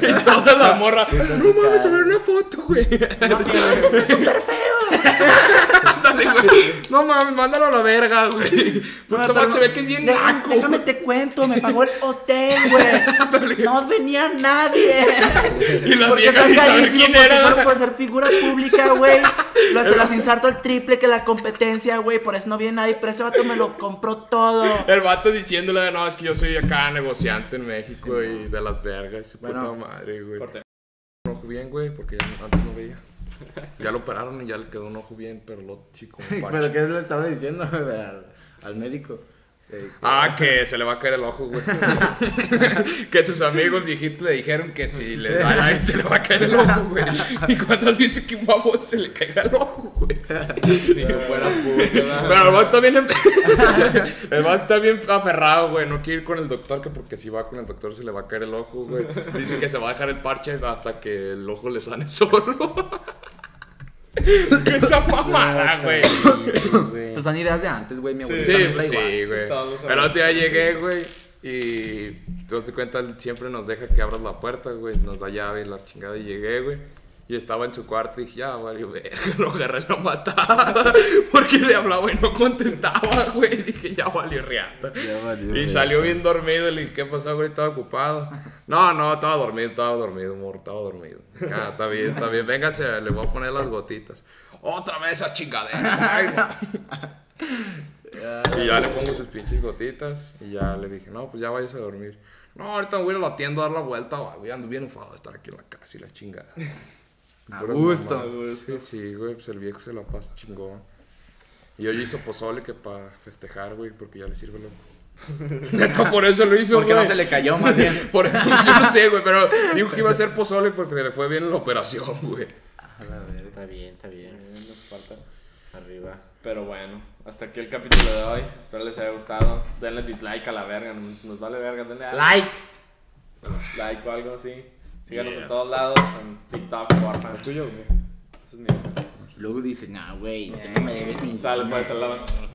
Speaker 2: y toda la morra. No mames, a ver una foto, güey. No mames, está súper feo. Ándale, güey. No mames, mándalo a la verga, güey. Puta madre, se ve que es bien
Speaker 4: Deja-
Speaker 2: naco.
Speaker 4: Déjame te cuento, me pagó el hotel, güey. no venía nadie.
Speaker 2: Y las
Speaker 4: Porque está
Speaker 2: viejas ni saben
Speaker 4: carísimo
Speaker 2: quién
Speaker 4: porque solo
Speaker 2: era.
Speaker 4: por ser figura pública, güey. Lo- Se las inserto el triple que la competencia, güey. Por eso no viene nadie, pero ese vato me lo compró todo.
Speaker 2: El vato diciéndole, no, es que yo soy acá negociante en México y de las vergas. y
Speaker 4: Bueno.
Speaker 2: puta madre, güey.
Speaker 1: Corte.
Speaker 2: Un ojo bien, güey, porque ya no- antes no veía. Ya lo operaron y ya le quedó un ojo bien, pero lo chico.
Speaker 4: Pero que le estaba diciendo güey, al, al médico. Eh,
Speaker 2: Ah, que se le va a caer el ojo, güey. que sus amigos viejitos le dijeron que si le da el aire se le va a caer el ojo, güey. Y cuando has visto que un baboso se le caiga el ojo, güey.
Speaker 1: Ni que fuera puto, ¿verdad?
Speaker 2: Pero el vato está bien. em- El vato está bien aferrado, güey. No quiere ir con el doctor, que porque si va con el doctor se le va a caer el ojo, güey. Dice que se va a dejar el parche hasta que el ojo le sane solo. Esa mamada, güey.
Speaker 4: Pues son ideas de antes, güey. Mi abuelo
Speaker 2: Sí,
Speaker 4: también está
Speaker 2: pues
Speaker 4: igual.
Speaker 2: sí, güey.
Speaker 1: Estábamos
Speaker 2: El otro día
Speaker 1: hablando,
Speaker 2: llegué, güey. Y tú te cuenta, él siempre nos deja que abras la puerta, güey. Nos da llave y la chingada. Y llegué, güey. Y estaba en su cuarto y dije, ya, Mario, verga, lo agarré la matada. Porque le hablaba y no contestaba, güey. Y dije, ya valió reata.
Speaker 4: Ya valió
Speaker 2: Y
Speaker 4: reata.
Speaker 2: salió bien dormido. Le dije, ¿qué pasó, güey? Estaba ocupado. No, no, estaba dormido, estaba dormido, amor, estaba dormido. Ah, está bien, está bien. Véngase, le voy a poner las gotitas. Otra vez esas chingaderas. Ay, no. Y ya le pongo sus pinches gotitas y ya le dije, no, pues ya vayas a dormir. No, ahorita voy a ir a la tienda a dar la vuelta, va, güey, ando bien enfadado de estar aquí en la casa y la chingada.
Speaker 4: A
Speaker 2: Puras
Speaker 4: gusto.
Speaker 2: mamadas. Sí, sí, güey, pues el viejo se la pasa chingón. Y hoy hizo pozole que para festejar, güey, porque ya le sirve loco. Neta, por eso lo hizo,
Speaker 4: Porque no
Speaker 2: güey.
Speaker 4: se le cayó más bien.
Speaker 2: Por eso, yo no sé, güey, pero dijo que iba a hacer pozole porque le fue bien la operación, güey.
Speaker 3: Está bien, está bien.
Speaker 1: Nos falta.
Speaker 3: Arriba.
Speaker 1: Pero bueno, hasta aquí el capítulo de hoy. Espero les haya gustado. Denle dislike a la verga, no- nos vale verga. Denle a-
Speaker 3: Like.
Speaker 1: like o algo así. Síganos
Speaker 2: Yeah.
Speaker 1: en todos lados, en TikTok, porfa.
Speaker 2: tuyo, güey?
Speaker 1: Ese es mío.
Speaker 4: Luego dices, nah, güey, tú no me debes ni.
Speaker 1: Sale, pues, al lado.